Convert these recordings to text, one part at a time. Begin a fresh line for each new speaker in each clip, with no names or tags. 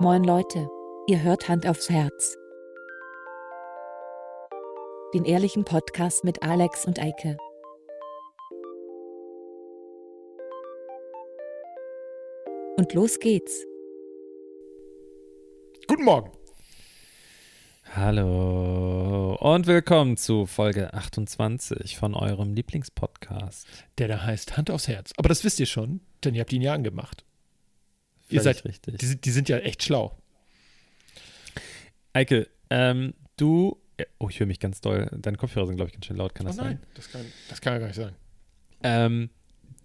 Moin Leute, ihr hört Hand aufs Herz. Den ehrlichen Podcast mit Alex und Eike. Und los geht's.
Guten Morgen.
Hallo und willkommen zu Folge 28 von eurem Lieblingspodcast.
Der da heißt Hand aufs Herz. Aber das wisst ihr schon, denn ihr habt ihn ja angemacht. ihr
Völlig
seid Die,
richtig.
sind- die sind ja echt schlau.
Eike, ähm, du. Oh, ich höre mich ganz doll. Deine Kopfhörer sind, glaube ich, ganz schön laut. Kann das sein?
Oh das kann, das kann ja gar nicht sein.
Ähm,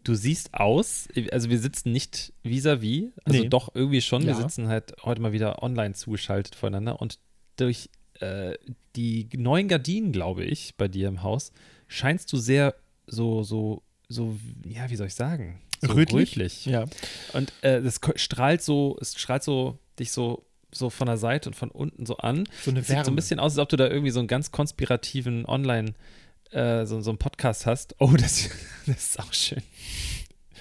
du siehst aus, also wir sitzen nicht vis-à-vis, also
Nee.
doch irgendwie schon.
Ja.
Wir sitzen halt heute mal wieder online zugeschaltet voneinander und durch äh, die neuen Gardinen, glaube ich, bei dir im Haus, scheinst du sehr so, so, so, ja, wie soll ich sagen? So
Rötlich? Ja.
Und äh, das ko- strahlt so, es strahlt so dich so, so von der Seite und von unten so an.
So eine
Es sieht so
Wärme.
ein bisschen aus, als ob du da irgendwie so einen ganz konspirativen Online, äh, so, so einen Podcast hast. Oh, das, das ist auch schön.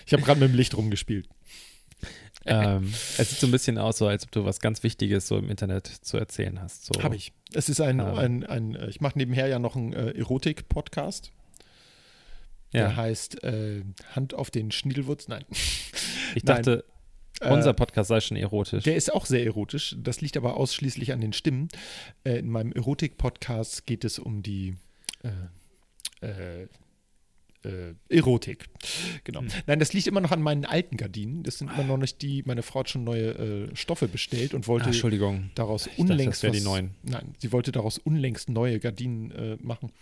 Ich habe gerade mit dem Licht rumgespielt.
ähm, es sieht so ein bisschen aus, so als ob du was ganz Wichtiges so im Internet zu erzählen hast. So.
Habe ich. Es ist ein,
Ah.
ein, ein, äh, ich mache nebenher ja noch einen äh, Erotik-Podcast. Der
Ja.
heißt äh, Hand auf den Schniedelwurz. Nein. Äh,
Ich
Nein.
dachte, unser Podcast sei schon erotisch.
Der ist auch sehr erotisch. Das liegt aber ausschließlich an den Stimmen. Äh, in meinem Erotik-Podcast geht es um die äh, äh, äh, Erotik. Genau.
Hm.
Nein, das liegt immer noch an meinen alten Gardinen. Das sind immer noch nicht die, meine Frau hat schon neue äh, Stoffe bestellt und
Ah,
wollte
Entschuldigung.
daraus
dachte,
unlängst
das wären die
was-
neuen.
Nein, sie wollte daraus unlängst neue Gardinen äh, machen,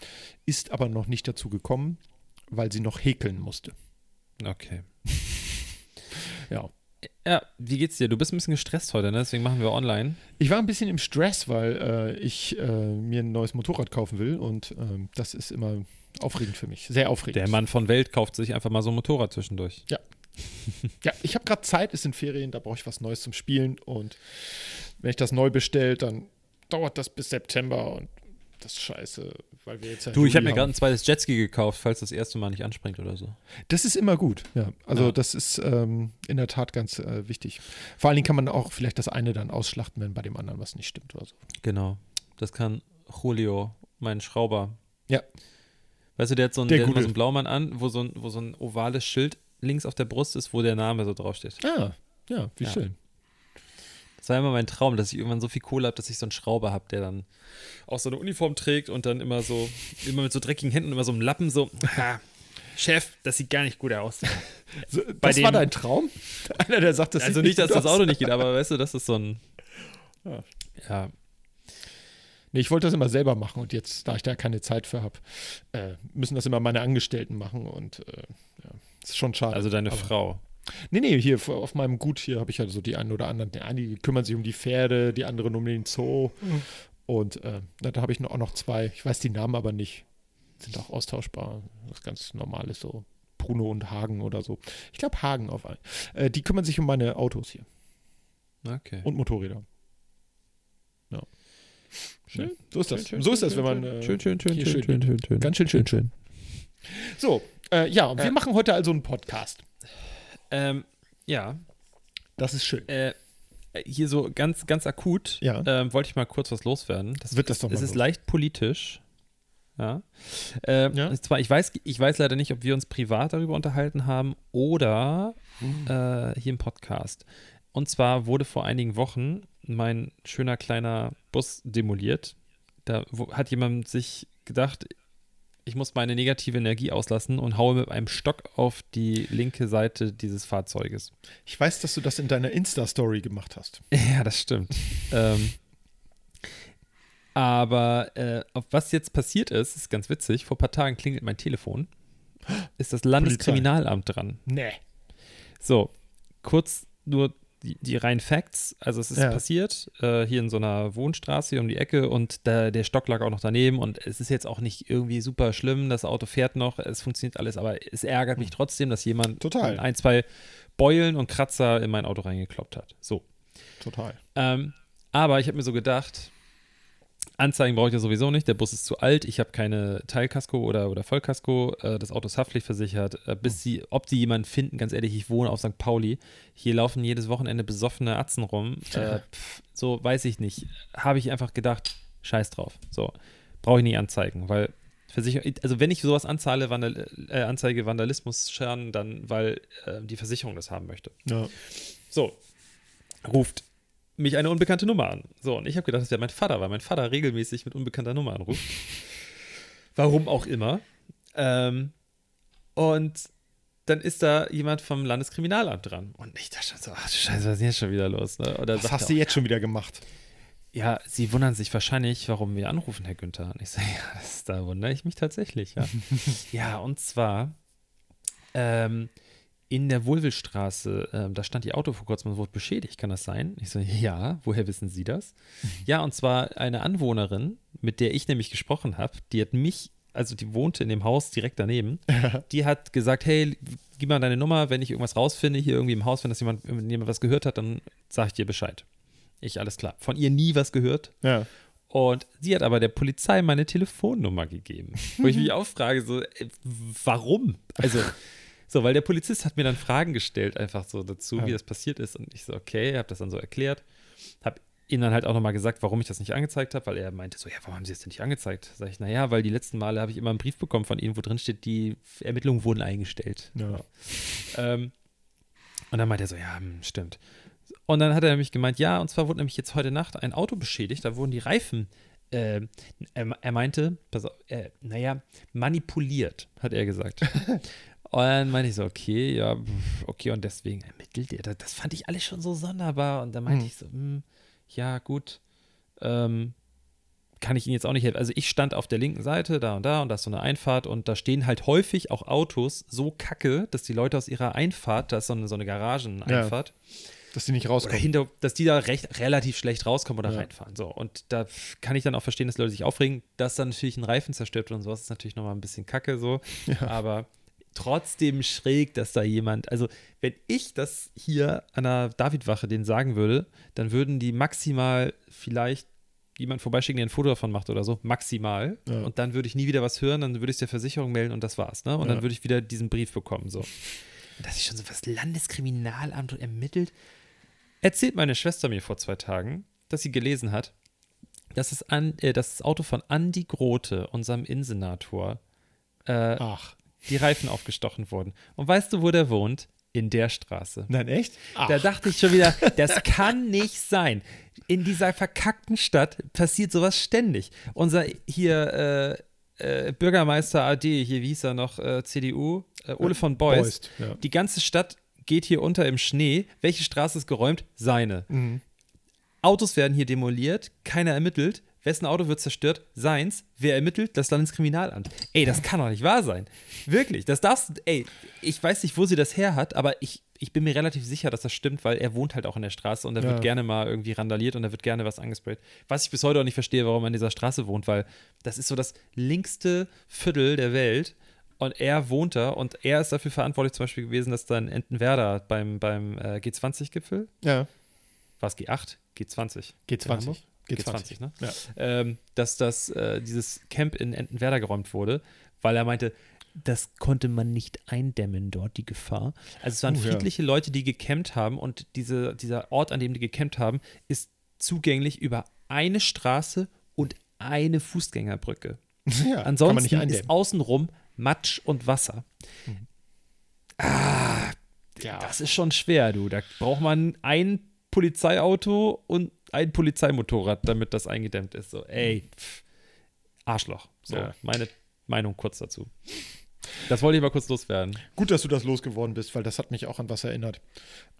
ist aber noch nicht dazu gekommen, weil sie noch häkeln musste.
Okay.
Ja.
Ja, wie geht's dir? Du bist ein bisschen gestresst heute, ne? deswegen machen wir online.
Ich war ein bisschen im Stress, weil äh, ich äh, mir ein neues Motorrad kaufen will und ähm, das ist immer aufregend für mich. Sehr aufregend.
Der Mann von Welt kauft sich einfach mal so ein Motorrad zwischendurch.
Ja, ich habe gerade Zeit, es sind Ferien, da brauche ich was Neues zum Spielen und wenn ich das neu bestelle, dann dauert das bis September und das ist scheiße, weil wir jetzt ja
Du, ich habe
Juli
mir gerade
haben.
ein zweites Jetski gekauft, falls das erste Mal nicht anspringt oder so.
Das ist immer gut, ja. Also
Ja.
das ist ähm, in der Tat ganz äh, wichtig. Vor allen Dingen kann man auch vielleicht das eine dann ausschlachten, wenn bei dem anderen was nicht stimmt oder so.
Genau. Das kann Julio, mein Schrauber.
Ja.
Weißt du, der hat so einen,
Der
der hat immer
Gute.
so einen Blaumann an, wo so ein, wo so ein ovales Schild links auf der Brust ist, wo der Name so draufsteht.
Ah, ja, wie
Ja.
schön.
Das war immer mein Traum, dass ich irgendwann so viel Kohle habe, dass ich so einen Schrauber habe, der dann auch so eine Uniform trägt und dann immer so, immer mit so dreckigen Händen und immer so einem Lappen so, "Ha, Chef, das sieht gar nicht gut aus.
So,
Bei
das war
dem-
dein Traum? Einer, der sagt, das
Also
sieht
nicht, dass
gut
das
aus.
Auto nicht geht, aber weißt du, das ist so ein.
Ja.
Ja,
Nee, ich wollte das immer selber machen und jetzt, da ich da keine Zeit für habe, äh, müssen das immer meine Angestellten machen und äh, ja, ist schon schade.
also deine
Aber-
Frau.
Nee, nee, hier vor- auf meinem Gut hier habe ich ja so die einen oder anderen. Die einen kümmern sich um die Pferde, die anderen um den Zoo.
Mhm.
Und äh, na, da habe ich noch, auch noch zwei. Ich weiß die Namen aber nicht. Sind auch austauschbar. Was ganz normales so. Bruno und Hagen oder so. Ich glaube Hagen auf ein. Äh, die kümmern sich um meine Autos hier
Okay.
und Motorräder. Ja.
Schön.
Ja, So ist das. so ist das, wenn man. Äh,
schön, schön,
hier schön
schön, schön.
Ganz schön, schön, schön. So, äh, ja, und wir machen heute also einen Podcast.
Ähm, ja,
Das ist schön.
äh, hier so ganz, ganz akut
Ja.
ähm, wollte ich mal kurz was loswerden. Das
Wird das doch mal
es ist
los.
leicht politisch. Ja. Ähm,
Ja.
Und zwar, ich weiß, ich weiß leider nicht, ob wir uns privat darüber unterhalten haben oder äh, hier im Podcast. Und zwar wurde vor einigen Wochen mein schöner kleiner Bus demoliert. Da wo, hat jemand sich gedacht, ich muss meine negative Energie auslassen und haue mit einem Stock auf die linke Seite dieses Fahrzeuges.
Ich weiß, dass du das in deiner Insta-Story gemacht hast.
Ja, das stimmt. ähm, aber äh, auf was jetzt passiert ist, ist ganz witzig. Vor ein paar Tagen klingelt mein Telefon. Ist das Landeskriminalamt dran?
Nee.
So, kurz nur die, die reinen Facts. Also es ist
Ja.
passiert äh, hier in so einer Wohnstraße hier um die Ecke und da, der Stock lag auch noch daneben und es ist jetzt auch nicht irgendwie super schlimm. Das Auto fährt noch, es funktioniert alles, aber es ärgert mich trotzdem, dass jemand
Hm. Total.
ein, zwei Beulen und Kratzer in mein Auto reingekloppt hat. So.
Total.
Ähm, aber ich habe mir so gedacht, Anzeigen brauche ich ja sowieso nicht. Der Bus ist zu alt. Ich habe keine Teilkasko oder, oder Vollkasko. Äh, das Auto ist haftpflichtversichert. Äh, bis sie, ob die jemanden finden, ganz ehrlich, ich wohne auf St. Pauli. Hier laufen jedes Wochenende besoffene Atzen rum. Äh, pff, so weiß ich nicht. Habe ich einfach gedacht, scheiß drauf. So, brauche ich nicht anzeigen, weil Versicher also wenn ich sowas anzahle, Vandal äh, anzeige Vandalismusschaden, dann weil äh, die Versicherung das haben möchte.
Ja.
So, ruft mich eine unbekannte Nummer an. So, und ich habe gedacht, das wäre mein Vater, weil mein Vater regelmäßig mit unbekannter Nummer anruft. Warum auch immer. Ähm, und dann ist da jemand vom Landeskriminalamt dran. Und ich dachte schon so, ach du Scheiße, was ist denn jetzt schon wieder los? Ne? Oder
Was
sagt er
hast du jetzt schon wieder gemacht?
ja, Sie wundern sich wahrscheinlich, warum wir anrufen, Herr Günther. Und ich sage, ja, das, da wundere ich mich tatsächlich, ja. ja, und zwar ähm, in der Wohlwillstraße, ähm, da stand Ihr Auto vor kurzem und wurde beschädigt, kann das sein? Ich sage, ja, woher wissen Sie das? ja, und zwar eine Anwohnerin, mit der ich nämlich gesprochen habe, die hat mich, also die wohnte in dem Haus direkt daneben, die hat gesagt, hey, gib mal deine Nummer, wenn ich irgendwas rausfinde hier irgendwie im Haus, wenn das jemand, wenn jemand was gehört hat, dann sage ich dir Bescheid. Ich, alles klar. Von ihr nie was gehört.
Ja.
Und sie hat aber der Polizei meine Telefonnummer gegeben. Wo ich mich auch frage, so, äh, warum? Also, so, weil der Polizist hat mir dann Fragen gestellt, einfach so dazu, wie
Ja.
das passiert ist. Und ich so, okay, habe das dann so erklärt. Habe ihm dann halt auch nochmal gesagt, warum ich das nicht angezeigt habe, weil er meinte so, ja, warum haben Sie es denn nicht angezeigt? Sag ich, naja, weil die letzten Male habe ich immer einen Brief bekommen von Ihnen, wo drin steht, die Ermittlungen wurden eingestellt.
Ja.
Ähm, und dann meinte er so, ja, hm, stimmt. Und dann hat er nämlich gemeint, ja, und zwar wurde nämlich jetzt heute Nacht ein Auto beschädigt, da wurden die Reifen, ähm, er, er meinte, pass auf, äh, naja, manipuliert, hat er gesagt. und dann meinte ich so, okay, ja, pf, okay, und deswegen ermittelt er. Das, das fand ich alles schon so sonderbar. Und dann meinte
Hm.
ich so, hm, ja, gut, ähm, kann ich Ihnen jetzt auch nicht helfen. Also ich stand auf der linken Seite, da und da, und da ist so eine Einfahrt und da stehen halt häufig auch Autos so kacke, dass die Leute aus ihrer Einfahrt, da ist so eine, so eine Garageneinfahrt,
Dass die nicht
oder
rauskommen.
hinter, dass die da recht, relativ schlecht rauskommen oder
Ja.
reinfahren. So, und da kann ich dann auch verstehen, dass Leute sich aufregen, dass dann natürlich ein Reifen zerstört wird und sowas ist natürlich nochmal ein bisschen kacke so. Aber trotzdem schräg, dass da jemand, also wenn ich das hier an der Davidwache denen sagen würde, dann würden die maximal vielleicht jemand vorbeischicken, der ein Foto davon macht oder so, maximal.
Ja.
Und dann würde ich nie wieder was hören, dann würde ich es der Versicherung melden und das war's. Ne? Und
Ja.
dann würde ich wieder diesen Brief bekommen. So. Dass ich schon so was Landeskriminalamt ermittelt. Erzählt meine Schwester mir vor zwei Tagen, dass sie gelesen hat, dass das, an, äh, dass das Auto von Andy Grote, unserem Innensenator, äh,
Ach.
die Reifen aufgestochen wurden. Und weißt du, wo der wohnt? In der Straße.
Nein, echt? Ach.
Da dachte ich schon wieder, das kann nicht sein. In dieser verkackten Stadt passiert sowas ständig. Unser hier äh, äh, Bürgermeister AD, hier wie hieß er noch, äh, CDU, äh, Ole von Beust.
Beust, ja.
Die ganze Stadt geht hier unter im Schnee. Welche Straße ist geräumt? Seine. Autos werden hier demoliert, keiner ermittelt. Wessen Auto wird zerstört? Seins. Wer ermittelt? Das Landeskriminalamt. Ey, das kann doch nicht wahr sein. Wirklich, das darfst Ey, ich weiß nicht, wo sie das her hat, aber ich, ich bin mir relativ sicher, dass das stimmt, weil er wohnt halt auch in der Straße und da
Ja.
wird gerne mal irgendwie randaliert und da wird gerne was angesprayt. Was ich bis heute auch nicht verstehe, warum er in dieser Straße wohnt, weil das ist so das linkste Viertel der Welt. Und er wohnt da und er ist dafür verantwortlich zum Beispiel gewesen, dass dann Entenwerder beim, beim äh, G20-Gipfel,
Ja.
war es G8? G20 In
G20.
Hamburg? G20, ne?
Ja.
ähm, dass das, äh, dieses Camp in Entenwerder geräumt wurde, weil er meinte, das konnte man nicht eindämmen dort, die Gefahr. Also es waren
Oh, ja.
friedliche Leute, die gecampt haben und diese, dieser Ort, an dem die gecampt haben, ist zugänglich über eine Straße und eine Fußgängerbrücke.
ja. kann man
Ansonsten
nicht
ist
eindämmen.
außenrum Matsch und Wasser.
ja.
Das ist schon schwer, du. Da braucht man ein Polizeiauto und ein Polizeimotorrad, damit das eingedämmt ist. So, ey, pff, Arschloch. So,
Ja.
meine Meinung kurz dazu. Das wollte ich mal kurz loswerden.
Gut, dass du das losgeworden bist, weil das hat mich auch an was erinnert.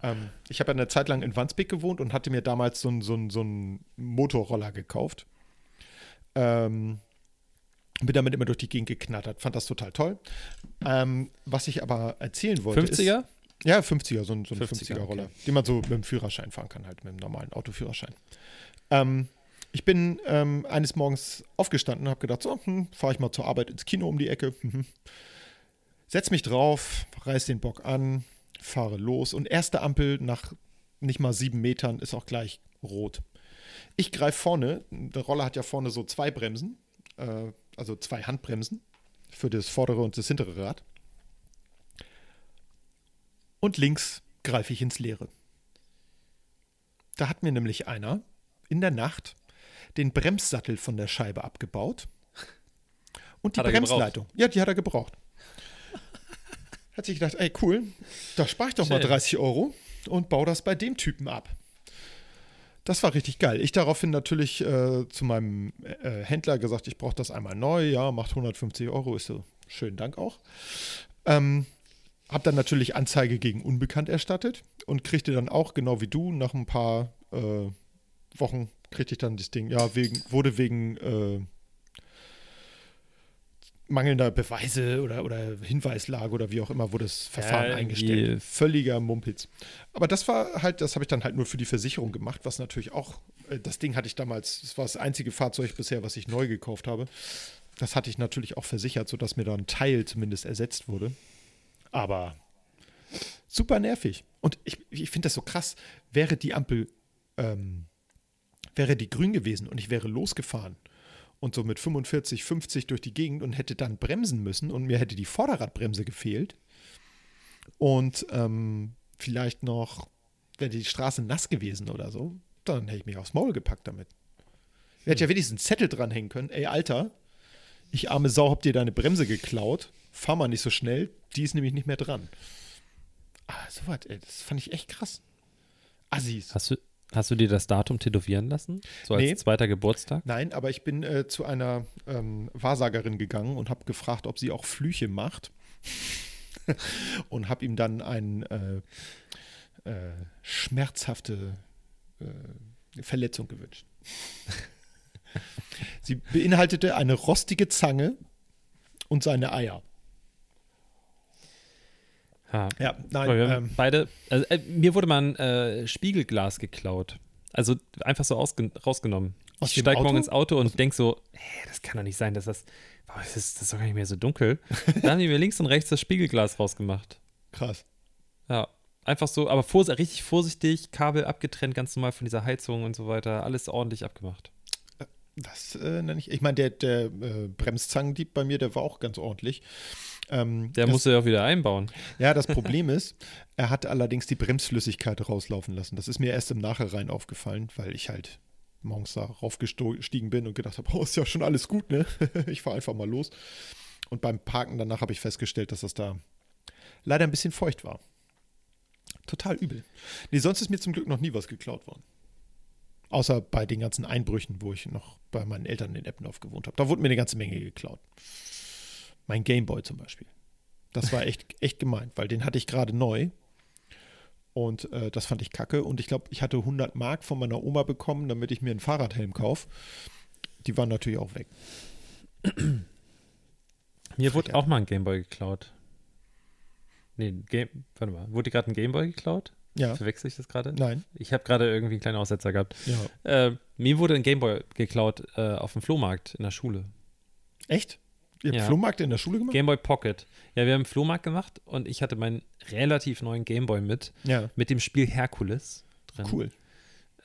Ähm, ich habe ja eine Zeit lang in Wandsbek gewohnt und hatte mir damals so einen so einen- so einen Motorroller gekauft. Ähm, bin damit immer durch die Gegend geknattert, fand das total toll. Ähm, was ich aber erzählen wollte. ist-
50er?
ja, 50er, so ein, so ein
50er,
50er, Roller, den man so mit dem Führerschein fahren kann, halt mit dem normalen Autoführerschein. Ähm, ich bin ähm, eines Morgens aufgestanden und habe gedacht, so, hm, fahre ich mal zur Arbeit ins Kino um die Ecke. Mhm. Setz mich drauf, reiß den Bock an, fahre los und erste Ampel nach nicht mal sieben Metern ist auch gleich rot. Ich greife vorne, der Roller hat ja vorne so zwei Bremsen, äh, also zwei Handbremsen für das vordere und das hintere Rad. Und links greife ich ins Leere. Da hat mir nämlich einer in der Nacht den Bremssattel von der Scheibe abgebaut und die
Hat er gebraucht?
Bremsleitung. Ja, die hat er gebraucht. Hat sich gedacht, ey, cool, da spare ich doch mal
Schön.
30 Euro und baue das bei dem Typen ab. Das war richtig geil. Ich daraufhin natürlich äh, zu meinem äh, Händler gesagt, ich brauche das einmal neu, ja, macht 150 Euro, ist so, schönen Dank auch. Ähm, hab dann natürlich Anzeige gegen Unbekannt erstattet und kriegte dann auch, genau wie du, nach ein paar äh, Wochen kriegte ich dann das Ding, ja, wegen, wurde wegen äh, mangelnder Beweise oder, oder Hinweislage oder wie auch immer, wurde das Verfahren
irgendwie-
eingestellt. Völliger Mumpitz. Aber das war halt, das habe ich dann halt nur für die Versicherung gemacht, was natürlich auch, äh, das Ding hatte ich damals, das war das einzige Fahrzeug bisher, was ich neu gekauft habe. Das hatte ich natürlich auch versichert, sodass mir da ein Teil zumindest ersetzt wurde. Aber super nervig. Und ich, ich finde das so krass. Wäre die Ampel, ähm, wäre die grün gewesen und ich wäre losgefahren und so mit 45, 50 durch die Gegend und hätte dann bremsen müssen und mir hätte die Vorderradbremse gefehlt und ähm, vielleicht noch, wäre die Straße nass gewesen oder so, dann hätte ich mich aufs Maul gepackt damit. Ich hätte ja wenigstens einen Zettel dranhängen können. Ey, Alter, ich arme Sau, hab dir deine Bremse geklaut. Fahr mal nicht so schnell, die ist nämlich nicht mehr dran. Ah, sowas, ey, das fand ich echt krass. Assis.
Hast du, hast du dir das Datum tätowieren lassen? So als
Nee.
zweiter Geburtstag?
Nein, aber ich bin äh, zu einer ähm, Wahrsagerin gegangen und habe gefragt, ob sie auch Flüche macht. und habe ihm dann eine äh, äh, schmerzhafte äh, Verletzung gewünscht. sie beinhaltete eine rostige Zange und seine Eier.
Ha.
Ja, nein.
Weil wir haben
ähm,
beide, also, äh, mir wurde mal ein äh, Spiegelglas geklaut. Also einfach so ausgen rausgenommen.
Aus
ich
dem
steige
Auto?
morgen ins Auto und denke so, hä, das kann doch nicht sein, dass das, boah, das, ist, das ist doch gar nicht mehr so dunkel. Dann haben die mir links und rechts das Spiegelglas rausgemacht.
krass.
Ja, einfach so, aber vors richtig vorsichtig, Kabel abgetrennt, ganz normal von dieser Heizung und so weiter, alles ordentlich abgemacht.
Das äh, nenne ich. Ich meine, der, der äh, Bremszangendieb bei mir, der war auch ganz ordentlich. Ähm,
Der
das,
musste ja auch wieder einbauen.
Ja, das Problem ist, er hat allerdings die Bremsflüssigkeit rauslaufen lassen. Das ist mir erst im Nachhinein aufgefallen, weil ich halt morgens da raufgestiegen bin und gedacht habe, oh, ist ja schon alles gut, ne? ich fahre einfach mal los. Und beim Parken danach habe ich festgestellt, dass das da leider ein bisschen feucht war. Total übel. Nee, sonst ist mir zum Glück noch nie was geklaut worden. Außer bei den ganzen Einbrüchen, wo ich noch bei meinen Eltern in Eppendorf gewohnt habe. Da wurde mir eine ganze Menge geklaut. Mein Gameboy zum Beispiel. Das war echt, echt gemein, weil den hatte ich gerade neu. Und äh, das fand ich kacke. Und ich glaube, ich hatte 100 Mark von meiner Oma bekommen, damit ich mir einen Fahrradhelm kaufe. Die waren natürlich auch weg.
Mir wurde
Frechheit.
auch mal ein Gameboy geklaut. Nee, ein Game, warte mal, wurde dir gerade ein Gameboy geklaut?
Ja.
Verwechsel ich das gerade?
Nein.
Ich habe gerade irgendwie einen kleinen Aussetzer gehabt.
Ja.
Äh, mir wurde ein Gameboy geklaut äh, auf dem Flohmarkt in der Schule.
Echt? Ihr habt
Ja.
Flohmarkt in der Schule gemacht?
Gameboy Pocket. Ja, wir haben einen Flohmarkt gemacht und ich hatte meinen relativ neuen Gameboy mit,
ja.
mit dem Spiel Herkules drin.
Cool.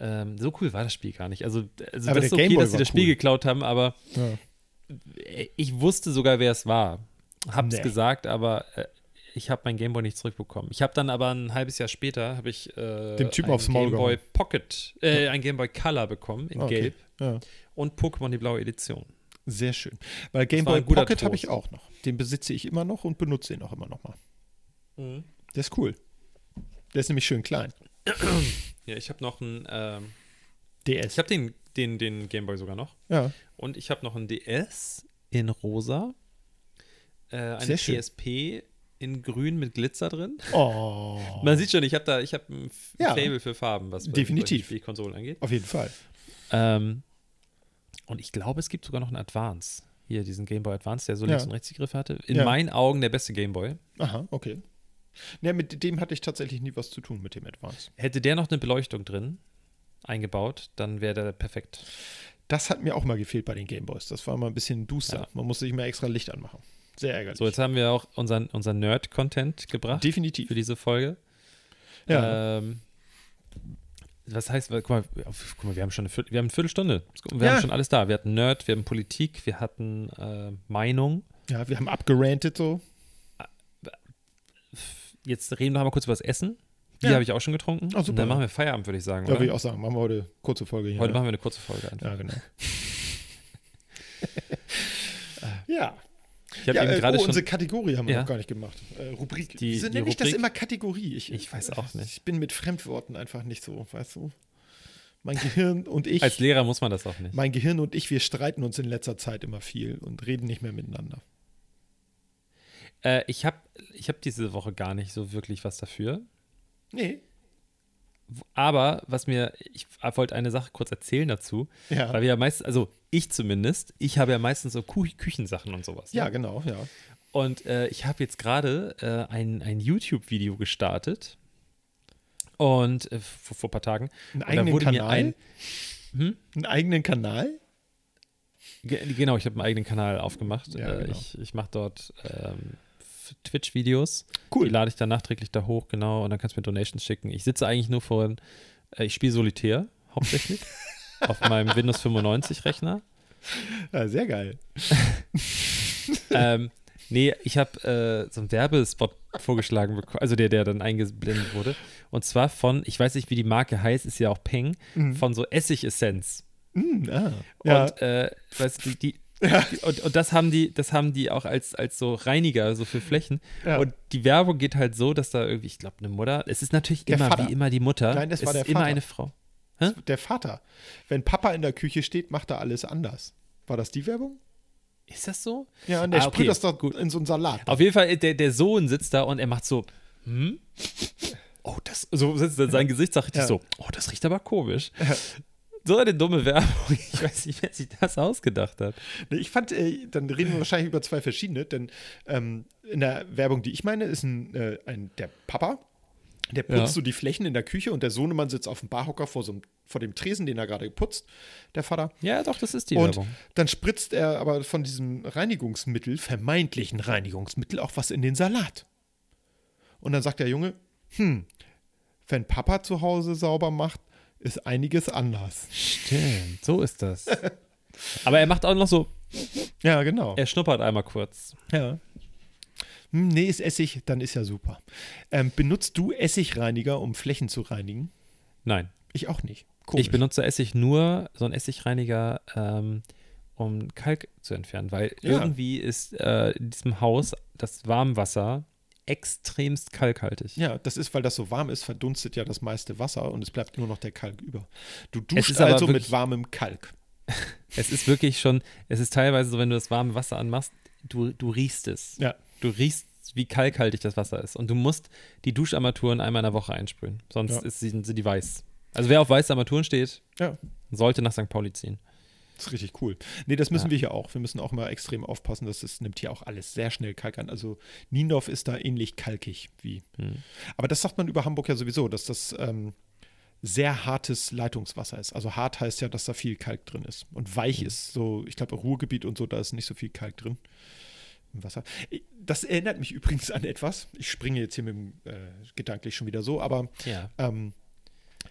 Ähm, so cool war das Spiel gar nicht. Also, also
Aber
das ist
der
okay,
Gameboy
dass sie
war
das Spiel
cool.
geklaut haben, aber äh,
Ja.
ich wusste sogar, wer es war. Hab's
Nee.
gesagt, aber äh, ich habe mein Gameboy nicht zurückbekommen. Ich habe dann aber ein halbes Jahr später habe ich äh,
Dem Typen
ein
aufs Maul
Gameboy Pocket, äh, ein Gameboy Color bekommen in
Okay.
Gelb
Ja.
und Pokémon die blaue Edition.
Sehr schön. Weil
war
Gameboy
ein guter
Pocket habe ich
Trost.
auch noch. Den besitze ich immer noch und benutze ihn auch immer noch mal. Der ist cool. Der ist nämlich schön klein.
Ja, ich habe noch ein, ähm,
DS.
ich habe den den den Gameboy sogar noch
Ja.
und ich habe noch ein DS in Rosa, äh, eine
Sehr schön.
PSP in Grün mit Glitzer drin.
Oh.
Man sieht schon, ich habe da, ich habe ein F-
Ja.
Fable für Farben, was bei-
Definitiv.
bei Spielkonsolen angeht.
Auf jeden Fall.
Ähm, und ich glaube, es gibt sogar noch einen Advance. Hier, diesen Game Boy Advance, der so
Ja.
links und rechts die Griffe hatte. In
Ja.
meinen Augen der beste Game Boy.
Aha, okay. Ne, mit dem hatte ich tatsächlich nie was zu tun, mit dem Advance.
Hätte der noch eine Beleuchtung drin eingebaut, dann wäre der perfekt.
Das hat mir auch mal gefehlt bei den Gameboys. Das war immer ein bisschen duster.
Ja.
Man musste sich mal extra Licht anmachen. Sehr ärgerlich.
So, jetzt haben wir auch unseren, unseren Nerd-Content gebracht
Definitiv.
äh, für diese Folge.
Ja.
Ähm, was heißt, guck mal, auf- guck mal wir haben schon eine, Viertel, wir haben eine Viertelstunde. Wir
Ja.
haben schon alles da. Wir hatten Nerd, wir hatten Politik, wir hatten äh, Meinung.
Ja, wir haben abgerantet so.
Jetzt reden wir mal kurz über das Essen. Die
Ja.
habe ich auch schon getrunken.
Ah, super.
Und dann machen wir Feierabend, würde ich sagen.
Ja,
oder?
würde ich auch sagen. Machen wir heute kurze Folge hier.
Heute
ne?
machen wir eine kurze Folge. Einfach.
ja, genau. ja.
Ich habe
ja,
eben
äh,
gerade
oh, unsere
schon.
Kategorie haben wir
Ja.
noch gar nicht gemacht. Äh, Rubrik.
Die-
Wieso
die
nenne ich das
Rubrik-
immer Kategorie? Ich, äh,
Ich weiß auch nicht.
ich bin mit Fremdworten einfach nicht so, weißt du? Mein Gehirn und ich.
Als Lehrer muss man das auch nicht.
mein Gehirn und ich, wir streiten uns in letzter Zeit immer viel und reden nicht mehr miteinander.
Äh, ich habe ich hab diese Woche gar nicht so wirklich was dafür.
Nee.
Aber was mir, ich äh, wollte eine Sache kurz erzählen dazu,
Ja.
weil wir ja meistens, also ich zumindest, ich habe ja meistens so Kü Küchensachen und sowas.
Ja,
Ne?
genau, ja.
Und äh, ich habe jetzt gerade äh, ein, ein YouTube-Video gestartet. Und äh, vor, vor ein paar Tagen.
Einen
Und da
eigenen
wurde mir
Kanal?
ein- Hm?
Einen eigenen Kanal?
Ge- Genau, ich habe einen eigenen Kanal aufgemacht.
Ja,
äh,
genau.
Ich, ich mache dort ähm, F- Twitch-Videos.
Cool.
Die lade ich dann nachträglich da hoch, genau. Und dann kannst du mir Donations schicken. Ich sitze eigentlich nur vor. Äh, ich spiele Solitär hauptsächlich. auf meinem Windows 95-Rechner.
Ja, sehr geil.
ähm, nee, ich habe äh, so einen Werbespot vorgeschlagen bekommen, also der, der dann eingeblendet wurde. Und zwar von, ich weiß nicht, wie die Marke heißt, ist ja auch Peng, von so Essigessenz.
Hm, ah, Mhm. ja.
Und äh, weißt du, die, die, und, und das haben die, das haben die auch als, als so Reiniger, so für Flächen.
Ja.
Und die Werbung geht halt so, dass da irgendwie, ich glaube, eine Mutter. Es ist natürlich
Der
immer
Vater.
wie immer die Mutter.
Nein, das
es
war
ist
der
immer
Vater.
eine Frau.
der Vater. Wenn Papa in der Küche steht, macht er alles anders. War das die Werbung?
Ist das so?
Ja, und der
Ah, okay,
sprüht das doch
gut.
in so einen Salat.
Auf jeden Fall, der, der Sohn sitzt da und er macht so, hm? Oh, das, so sitzt dann sein Gesicht, sagt richtig
Ja.
so, oh, das riecht aber komisch. So eine dumme Werbung. Ich weiß nicht, wer sich das ausgedacht hat.
Nee, Ich fand, äh, dann reden wir wahrscheinlich über zwei verschiedene, denn ähm, in der Werbung, die ich meine, ist ein, äh, ein der Papa, der putzt
Ja.
so die Flächen in der Küche und der Sohnemann sitzt auf dem Barhocker vor, so einem, vor dem Tresen, den er gerade putzt, der Vater.
Ja, doch, das ist die
Und
Werbung.
dann spritzt er aber von diesem Reinigungsmittel, vermeintlichen Reinigungsmittel, auch was in den Salat. Und dann sagt der Junge, hm, wenn Papa zu Hause sauber macht, ist einiges anders.
Stimmt, so ist das. Aber er macht auch noch so,
Ja, genau.
er schnuppert einmal kurz.
Ja. Hm, nee, ist Essig, dann ist ja super. Ähm, benutzt du Essigreiniger, um Flächen zu reinigen?
Nein,
Ich auch nicht. Komisch.
ich benutze Essig nur, so einen Essigreiniger, ähm, um Kalk zu entfernen, weil
Ja.
irgendwie ist äh, in diesem Haus das Warmwasser extremst kalkhaltig.
ja, das ist, weil das so warm ist, verdunstet ja das meiste Wasser und es bleibt nur noch der Kalk über. Du
ist
duschst
aber
also mit
wirklich-
warmem Kalk.
Es ist wirklich schon, es ist teilweise so, wenn du das warme Wasser anmachst, du, du riechst es.
Ja.
Du riechst, wie kalkhaltig das Wasser ist. Und du musst die Duscharmaturen einmal in der Woche einsprühen. Sonst
Ja.
ist, sind sie die weiß. Also wer auf weiße Armaturen steht,
Ja.
sollte nach St. Pauli ziehen.
Das ist richtig cool. Nee, das müssen
Ja.
wir hier auch. Wir müssen auch mal extrem aufpassen, dass es nimmt hier auch alles sehr schnell Kalk an. Also Niendorf ist da ähnlich kalkig wie.
Hm.
Aber das sagt man über Hamburg ja sowieso, dass das ähm, sehr hartes Leitungswasser ist. Also hart heißt ja, dass da viel Kalk drin ist. Und weich
Hm.
ist so, ich glaube, Ruhrgebiet und so, da ist nicht so viel Kalk drin. Im Wasser. Ich- Das erinnert mich übrigens an etwas. Ich springe jetzt hier mit dem äh, gedanklich schon wieder so, aber
Ja.
ähm,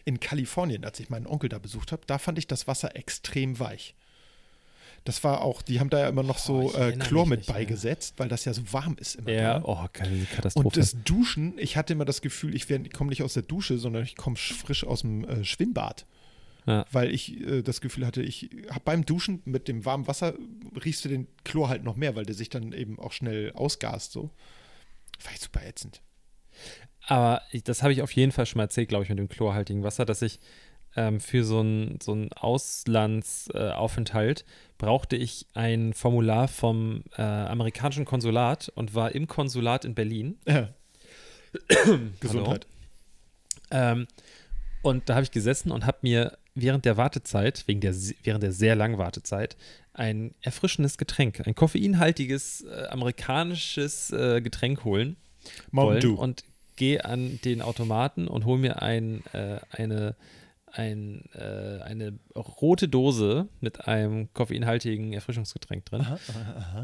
in Kalifornien, als ich meinen Onkel da besucht habe, da fand ich das Wasser extrem weich. Das war auch, die haben da ja immer noch
Oh,
so
ich
äh,
erinnere
Chlor
mich
mit
nicht mehr.
beigesetzt, weil das ja so warm ist immer.
Ja,
da.
oh, keine Katastrophe.
Und das Duschen, ich hatte immer das Gefühl, ich, wär- ich komme nicht aus der Dusche, sondern ich komme sch- frisch aus dem äh, Schwimmbad.
Ja.
Weil ich äh, das Gefühl hatte, ich hab beim Duschen mit dem warmen Wasser äh, riechst du den Chlor halt noch mehr, weil der sich dann eben auch schnell ausgast. So. War ich super ätzend.
Aber ich, das habe ich auf jeden Fall schon mal erzählt, glaube ich, mit dem chlorhaltigen Wasser, dass ich ähm, für so einen so einen Auslandsaufenthalt äh, Aufenthalt brauchte ich ein Formular vom äh, amerikanischen Konsulat und war im Konsulat in Berlin.
Ja. Gesundheit.
Ähm, und da habe ich gesessen und habe mir während der Wartezeit, wegen der, se- während der sehr langen Wartezeit, ein erfrischendes Getränk, ein koffeinhaltiges äh, amerikanisches äh, Getränk holen
Mountain
wollen
Dew.
und gehe an den Automaten und hole mir ein, äh, eine, ein, äh, eine rote Dose mit einem koffeinhaltigen Erfrischungsgetränk drin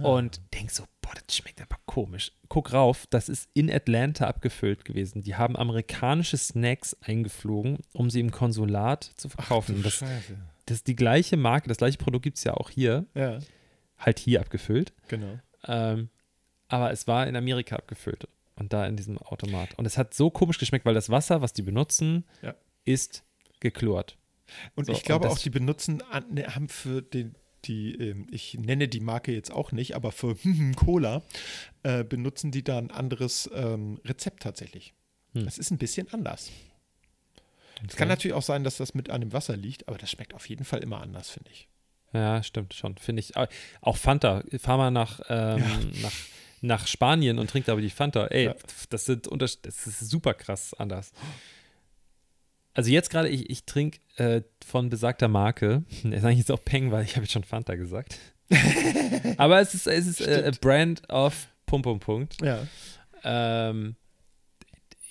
und denk so, boah, das schmeckt aber komisch. Guck rauf, das ist in Atlanta abgefüllt gewesen. Die haben amerikanische Snacks eingeflogen, um sie im Konsulat zu verkaufen. das,
Scheiße.
das ist die gleiche Marke, das gleiche Produkt gibt es ja auch hier,
Ja,
halt hier abgefüllt.
genau.
Ähm, aber es war in Amerika abgefüllt und da in diesem Automat. Und es hat so komisch geschmeckt, weil das Wasser, was die benutzen,
Ja.
ist geklort.
Und
So,
ich glaube
und das-
auch, die benutzen, an- ne, haben für den, die, ähm, ich nenne die Marke jetzt auch nicht, aber für Cola äh, benutzen die da ein anderes ähm, Rezept tatsächlich.
Hm.
Das ist ein bisschen anders. Es kann natürlich auch sein, dass das mit an dem Wasser liegt, aber das schmeckt auf jeden Fall immer anders, finde ich.
Ja, stimmt schon, finde ich. Ah, Auch Fanta. Fahr mal nach, ähm, nach, nach Spanien und trinkt aber die Fanta. Ey,
Ja.
pf, das, sind unter das ist super krass anders. Also jetzt gerade, ich, ich trinke äh, von besagter Marke. Das ist eigentlich jetzt auch Peng, weil ich habe jetzt schon Fanta gesagt. aber es ist, es ist äh, a
Stimmt.
Brand of Punkt, Punkt, Punkt.
Ja.
Ähm,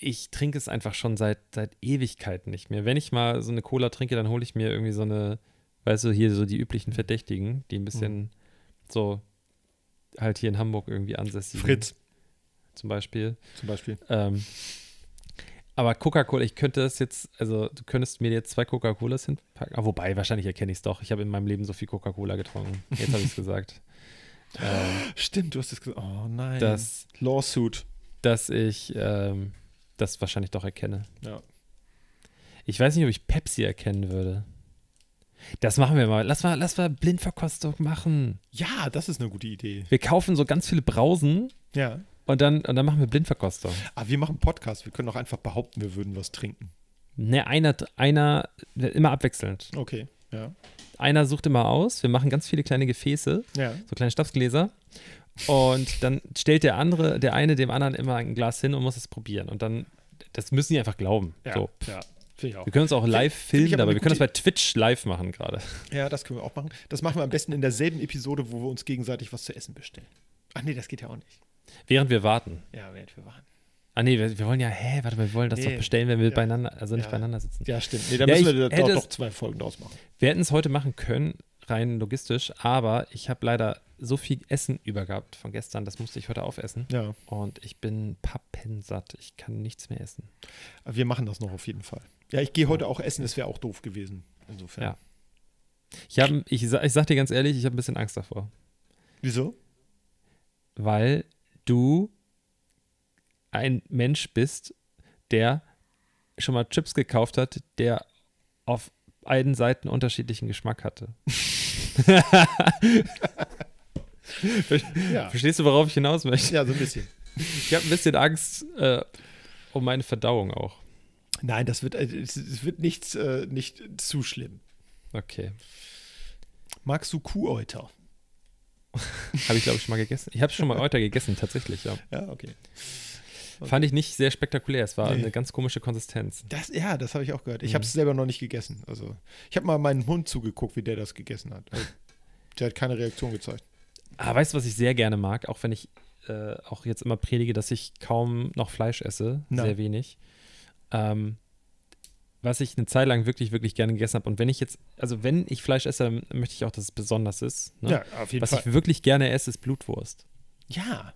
ich trinke es einfach schon seit, seit Ewigkeiten nicht mehr. Wenn ich mal so eine Cola trinke, dann hole ich mir irgendwie so eine, weißt du, hier so die üblichen Verdächtigen, die ein bisschen so halt hier in Hamburg irgendwie ansässig sind,
Fritz
zum Beispiel.
Mhm. zum Beispiel.
Ähm, aber Coca-Cola, ich könnte das jetzt, also du könntest mir jetzt zwei Coca-Colas hinpacken. Ah, wobei, wahrscheinlich erkenne ich es doch. Ich habe in meinem Leben so viel Coca-Cola getrunken. Jetzt habe ich es gesagt. Ähm,
Stimmt, du hast es gesagt. Oh nein.
dass,
Lawsuit.
dass ich ähm, das wahrscheinlich doch erkenne.
Ja.
Ich weiß nicht, ob ich Pepsi erkennen würde. Das machen wir mal. Lass mal, lass mal Blindverkostung machen.
ja, das ist eine gute Idee.
Wir kaufen so ganz viele Brausen
Ja.
und dann, und dann machen wir Blindverkostung.
Aber Ah, wir machen Podcast. Wir können auch einfach behaupten, wir würden was trinken.
Ne, einer, einer, immer abwechselnd.
Okay. Ja.
Einer sucht immer aus. Wir machen ganz viele kleine Gefäße,
Ja.
so kleine Stapsgläser. Und dann stellt der andere, der eine dem anderen immer ein Glas hin und muss es probieren. Und dann, das müssen die einfach glauben.
Ja.
So.
ja. Finde ich auch.
Wir können uns auch live
Finde ich aber
filmen dabei.
eine
Wir können das
gute-
bei Twitch live machen gerade.
Ja, das können wir auch machen. Das machen wir am besten in derselben Episode, wo wir uns gegenseitig was zu essen bestellen. Ach nee, das geht ja auch nicht.
Während wir warten.
Ja, während wir waren.
Ah nee, wir, wir wollen ja, hä, warte mal, wir wollen das
Nee.
doch bestellen, wenn wir
Ja.
beieinander, also nicht
Ja.
beieinander sitzen.
Ja, stimmt. Nee, da
Ja,
müssen
ich
wir da doch
hätte es-
noch zwei Folgen draus machen.
Wir hätten es heute machen können, rein logistisch, aber ich habe leider so viel Essen übergehabt von gestern, das musste ich heute aufessen.
Ja.
Und ich bin pappensatt, ich kann nichts mehr essen.
Aber wir machen das noch auf jeden Fall. Ja, ich gehe heute auch essen, das wäre auch doof gewesen. Insofern.
Ja. Ich, hab, ich, sa- ich sag dir ganz ehrlich, ich habe ein bisschen Angst davor,
Wieso?
weil du ein Mensch bist, der schon mal Chips gekauft hat, der auf beiden Seiten unterschiedlichen Geschmack hatte.
Ja.
Verstehst du, worauf ich hinaus möchte?
Ja, so ein bisschen.
Ich habe ein bisschen Angst äh, um meine Verdauung auch.
Nein, das wird, äh, es es wird nichts, äh, nicht zu schlimm.
Okay.
Magst du Kuhäuter?
Habe ich, glaube ich, schon mal gegessen. Ich habe schon mal Euter gegessen, tatsächlich, ja.
Ja, okay.
Fand ich nicht sehr spektakulär. Es war
Nee.
eine ganz komische Konsistenz.
Das, ja, das habe ich auch gehört. Ich
Mhm.
habe es selber noch nicht gegessen. Also, ich habe mal meinem Hund zugeguckt, wie der das gegessen hat. Also, der hat keine Reaktion gezeigt.
Aber Ah, weißt du, was ich sehr gerne mag, auch wenn ich äh, auch jetzt immer predige, dass ich kaum noch Fleisch esse,
Na.
sehr wenig. Ähm, was ich eine Zeit lang wirklich, wirklich gerne gegessen habe. Und wenn ich jetzt, also wenn ich Fleisch esse, dann möchte ich auch, dass es besonders ist. Ne?
Ja, auf jeden
was ich wirklich gerne esse, ist Blutwurst.
Ja.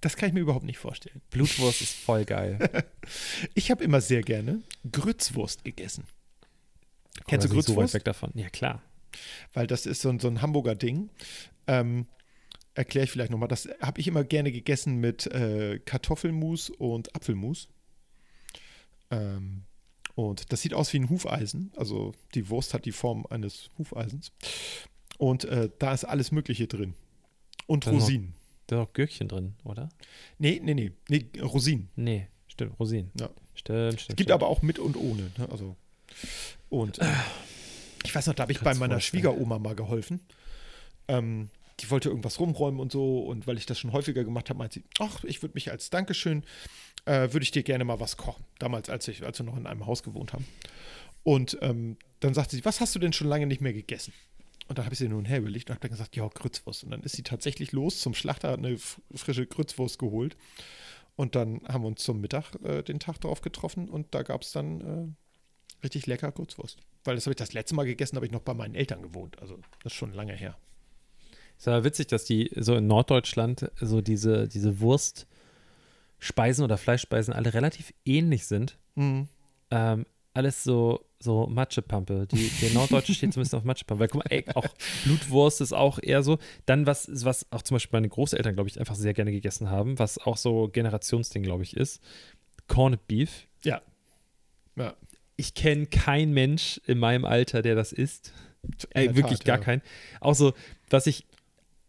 Das kann ich mir überhaupt nicht vorstellen.
Blutwurst ist voll geil.
Ich habe immer sehr gerne Grützwurst gegessen. Kennst du
Oder sind so weit
Grützwurst?
weg davon. Ja, klar.
Weil das ist so ein, so ein Hamburger Ding. Ähm, Erkläre ich vielleicht nochmal. Das habe ich immer gerne gegessen mit äh, Kartoffelmus und Apfelmus. Ähm, und das sieht aus wie ein Hufeisen. Also die Wurst hat die Form eines Hufeisens. Und äh, da ist alles Mögliche drin. Und
Dann noch-
Rosinen.
Da ist auch Gürkchen drin, oder?
Nee, nee, nee. nee Rosinen.
Nee, stimmt, Rosinen.
Ja.
Stimmt, stimmt.
Es gibt
stimmt.
aber auch mit und ohne. Ne? Also, und äh, ich weiß noch, da habe ich bei
Kannst du
meiner
vorstellen.
Schwiegeroma mal geholfen. Ähm, die wollte irgendwas rumräumen und so. Und weil ich das schon häufiger gemacht habe, meinte sie, ach, ich würde mich als Dankeschön, äh, würde ich dir gerne mal was kochen. Damals, als, ich, als wir noch in einem Haus gewohnt haben. Und ähm, dann sagte sie, was hast du denn schon lange nicht mehr gegessen? Und dann habe ich sie nun hergelegt und habe dann gesagt, ja, Grützwurst. Und dann ist sie tatsächlich los zum Schlachter, hat eine f- frische Grützwurst geholt. Und dann haben wir uns zum Mittag äh, den Tag darauf getroffen und da gab es dann äh, richtig lecker Kurzwurst. Weil das habe ich das letzte Mal gegessen, habe ich noch bei meinen Eltern gewohnt. Also das ist schon lange her.
Ist aber witzig, dass die so in Norddeutschland so diese, diese Wurstspeisen oder Fleischspeisen alle relativ ähnlich sind. Ähm, alles so, so Matschepampe. Die, der Norddeutsche steht zumindest auf Matschepampe. Weil guck mal, ey, auch Blutwurst ist auch eher so. Dann, was, was auch zum Beispiel meine Großeltern, glaube ich, einfach sehr gerne gegessen haben, was auch so Generationsding, glaube ich, ist. Corned Beef.
Ja. Ja.
Ich kenne keinen Mensch in meinem Alter, der das isst.
In
Ey,
der
wirklich
Tat,
gar
ja.
kein. Auch so, was ich,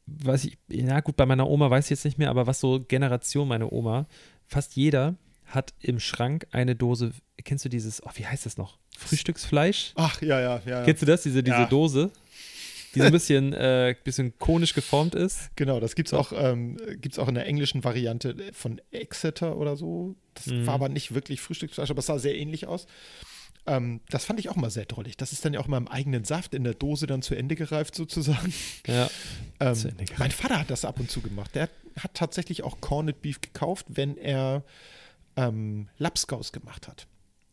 was ich, na gut, bei meiner Oma weiß ich jetzt nicht mehr, aber was so Generation meine Oma, fast jeder hat im Schrank eine Dose, kennst du dieses, oh, wie heißt das noch? Frühstücksfleisch?
Ach, ja, ja, ja. ja.
Kennst du das, diese, diese
Ja.
Dose, die so ein bisschen, äh, bisschen konisch geformt ist?
Genau, das gibt es auch, ähm, gibt's auch in der englischen Variante von Exeter oder so. Das
Mhm.
war aber nicht wirklich Frühstücksfleisch, aber es sah sehr ähnlich aus. Ähm, das fand ich auch mal sehr drollig. Das ist dann ja auch mal im eigenen Saft in der Dose dann zu Ende gereift sozusagen.
Ja.
Ähm,
Zu Ende gereift.
mein Vater hat das ab und zu gemacht. Der hat, hat tatsächlich auch Corned Beef gekauft, wenn er ähm, Lapskaus gemacht hat.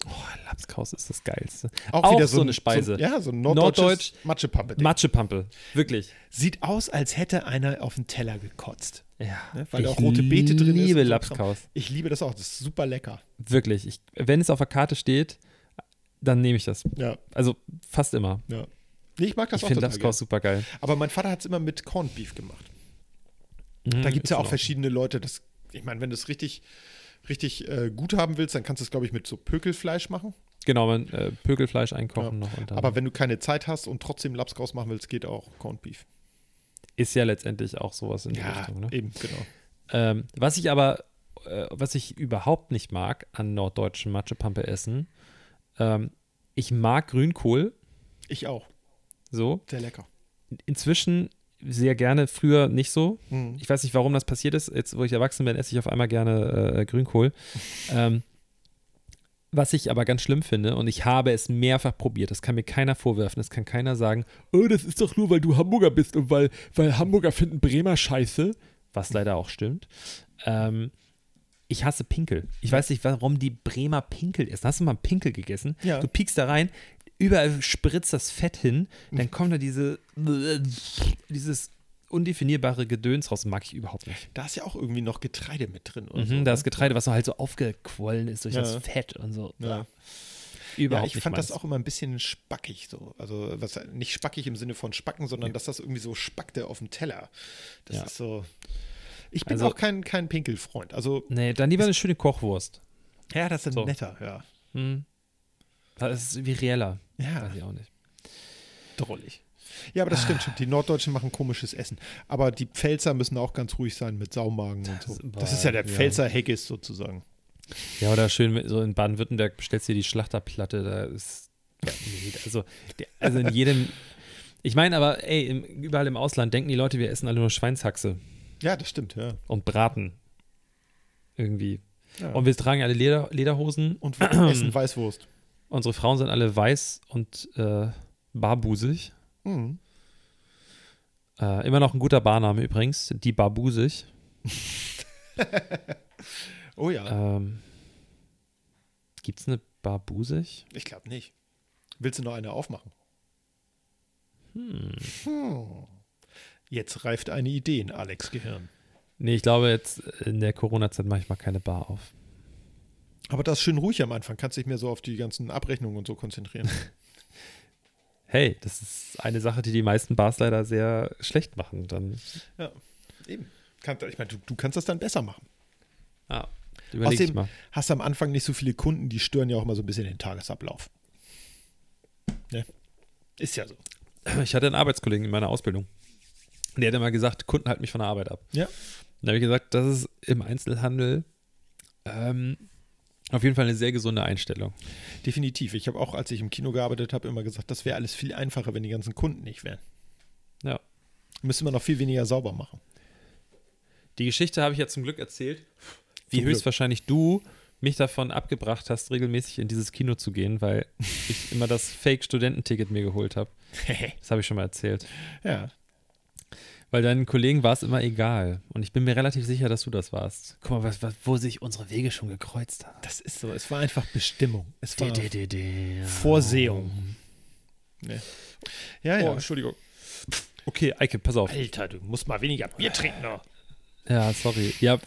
Oh, Lapskaus ist das Geilste.
Auch, wieder so,
so
ein-
eine Speise.
So, ein- ja, so ein
Norddeutsch-
norddeutsches Matschepampe.
Matschepampe, wirklich.
Sieht aus, als hätte einer auf den Teller gekotzt.
Ja,
Ne? Weil da
ich
auch rote Beete drin ist.
liebe
und so ein Kram.
Lapskaus.
Ich liebe das auch. Das ist super lecker.
Wirklich. Ich, wenn es auf der Karte steht, dann nehme ich das.
Ja,
Also fast immer.
ja. Nee, ich mag das
ich
auch
finde
total
Lapskaus super geil.
gern. Aber mein Vater hat es immer mit Corned Beef gemacht.
Mhm,
Da gibt es ja
genau.
auch verschiedene Leute. Das, ich meine, wenn du es richtig, richtig äh, gut haben willst, dann kannst du es, glaube ich, mit so Pökelfleisch machen.
Genau, man, äh, Pökelfleisch einkochen noch. Und dann
Aber wenn du keine Zeit hast und trotzdem Lapskaus machen willst, geht auch Corned Beef.
ist ja letztendlich auch sowas in die Richtung. Ne?
eben, genau.
Ähm, was ich aber, äh, was ich überhaupt nicht mag an norddeutschen Matschepampe essen, ähm, ich mag Grünkohl,
Ich auch.
so.
Sehr lecker.
Inzwischen sehr gerne, früher nicht so.
Mhm.
Ich weiß nicht, warum das passiert ist. Jetzt, wo ich erwachsen bin, esse ich auf einmal gerne äh, Grünkohl. ähm, was ich aber ganz schlimm finde, und ich habe es mehrfach probiert, das kann mir keiner vorwerfen, das kann keiner sagen, oh, das ist doch nur, weil du Hamburger bist und weil, weil Hamburger finden Bremer scheiße, was leider auch stimmt. Ähm, ich hasse Pinkel. Ich weiß nicht, warum die Bremer Pinkel essen. Hast du mal einen Pinkel gegessen?
Ja.
Du piekst da rein, überall spritzt das Fett hin, dann kommt da diese, dieses undefinierbare Gedöns raus. Mag ich überhaupt nicht.
Da ist ja auch irgendwie noch Getreide mit drin. Oder
Mhm,
so,
das
ne?
Getreide, was so halt so aufgequollen ist durch das
Ja.
Fett und so.
Ja.
Überhaupt
Ja, ich
nicht
fand das
meins.
auch immer ein bisschen spackig so. Also was, nicht spackig im Sinne von Spacken, sondern dass das irgendwie so spackte auf dem Teller. Das
Ja.
ist so. Ich bin
Also-
auch kein, kein Pinkelfreund. Also,
Nee, dann lieber eine schöne Kochwurst.
ja, das ist
So.
netter, ja.
Hm. Das ist wie reeller.
Ja,
Weiß ich auch nicht.
drollig. Ah. Ja, aber das stimmt schon. Die Norddeutschen machen komisches Essen. Aber die Pfälzer müssen auch ganz ruhig sein mit Saumagen und so.
Das-
Das ist ja der
ja.
Pfälzer Haggis sozusagen.
Ja, oder schön, mit- so in Baden-Württemberg bestellst du dir die Schlachterplatte, da ist. Nee, also, der- also in jedem. Ich meine aber, ey, im, überall im Ausland denken die Leute, wir essen alle nur Schweinshaxe
Ja, das stimmt, ja.
und Braten. Irgendwie.
ja.
Und wir tragen alle Leder, Lederhosen.
Und wir essen Weißwurst.
Unsere Frauen sind alle weiß und äh, barbusig.
Mhm.
Äh, immer noch ein guter Barname übrigens, die Barbusig.
Oh ja,
Ähm, Gibt es eine Barbusig?
ich glaube nicht. Willst du noch eine aufmachen?
Hm.
Hm. Jetzt reift eine Idee in Alex Gehirn.
Nee, ich glaube, jetzt in der Corona-Zeit mache ich mal keine Bar auf.
Aber das ist schön ruhig am Anfang. Kannst dich mehr so auf die ganzen Abrechnungen und so konzentrieren.
Hey, das ist eine Sache, die die meisten Bars leider sehr schlecht machen. Dann
ja, eben. Kann, ich meine, du, du kannst das dann besser machen.
ah, überlege ich
Außerdem
mal.
hast du am Anfang nicht so viele Kunden, die stören ja auch mal so ein bisschen den Tagesablauf. Ne? Ist ja so.
Ich hatte einen Arbeitskollegen in meiner Ausbildung. Und Der hat immer gesagt, Kunden halten mich von der Arbeit ab.
Ja.
Dann habe ich gesagt, das ist im Einzelhandel ähm, auf jeden Fall eine sehr gesunde Einstellung.
Definitiv. Ich habe auch, als ich im Kino gearbeitet habe, immer gesagt, das wäre alles viel einfacher, wenn die ganzen Kunden nicht wären.
Ja.
Müsste man noch viel weniger sauber machen.
Die Geschichte habe ich ja zum Glück erzählt, wie
Zum Glück.
höchstwahrscheinlich du mich davon abgebracht hast, regelmäßig in dieses Kino zu gehen, weil ich immer das Fake-Studententicket mir geholt habe. Das habe ich schon mal erzählt.
ja.
Weil deinen Kollegen war es immer egal. Und ich bin mir relativ sicher, dass du das warst. Guck mal, was, was, wo sich unsere Wege schon gekreuzt haben.
Das ist so. Es war einfach Bestimmung. Es war
Di, di, di, di.
Vorsehung. Nee. Ja, ja.
Oh, Entschuldigung. Okay, Eike, pass auf.
Alter, du musst mal weniger Bier trinken. Oh.
Ja, sorry. Ja,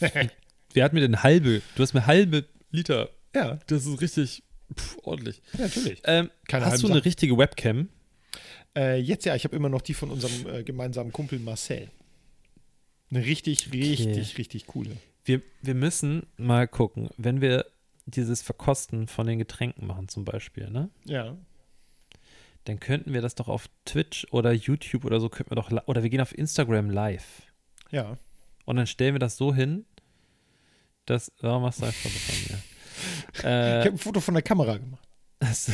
wer hat mir denn halbe? Du hast mir halbe Liter. Ja, das ist richtig pff, ordentlich.
Natürlich.
Ähm,
Keine
hast du
halben
eine richtige Webcam?
Äh, jetzt ja, ich habe immer noch die von unserem äh, gemeinsamen Kumpel Marcel. Eine richtig, richtig, richtig coole.
Wir, wir müssen mal gucken, wenn wir dieses Verkosten von den Getränken machen zum Beispiel, ne?
Ja.
Dann könnten wir das doch auf Twitch oder YouTube oder so könnten wir doch li- oder wir gehen auf Instagram live
Ja.
und dann stellen wir das so hin, dass warum machst du ein Foto von mir? Äh,
Ich habe ein Foto von der Kamera gemacht.
Also,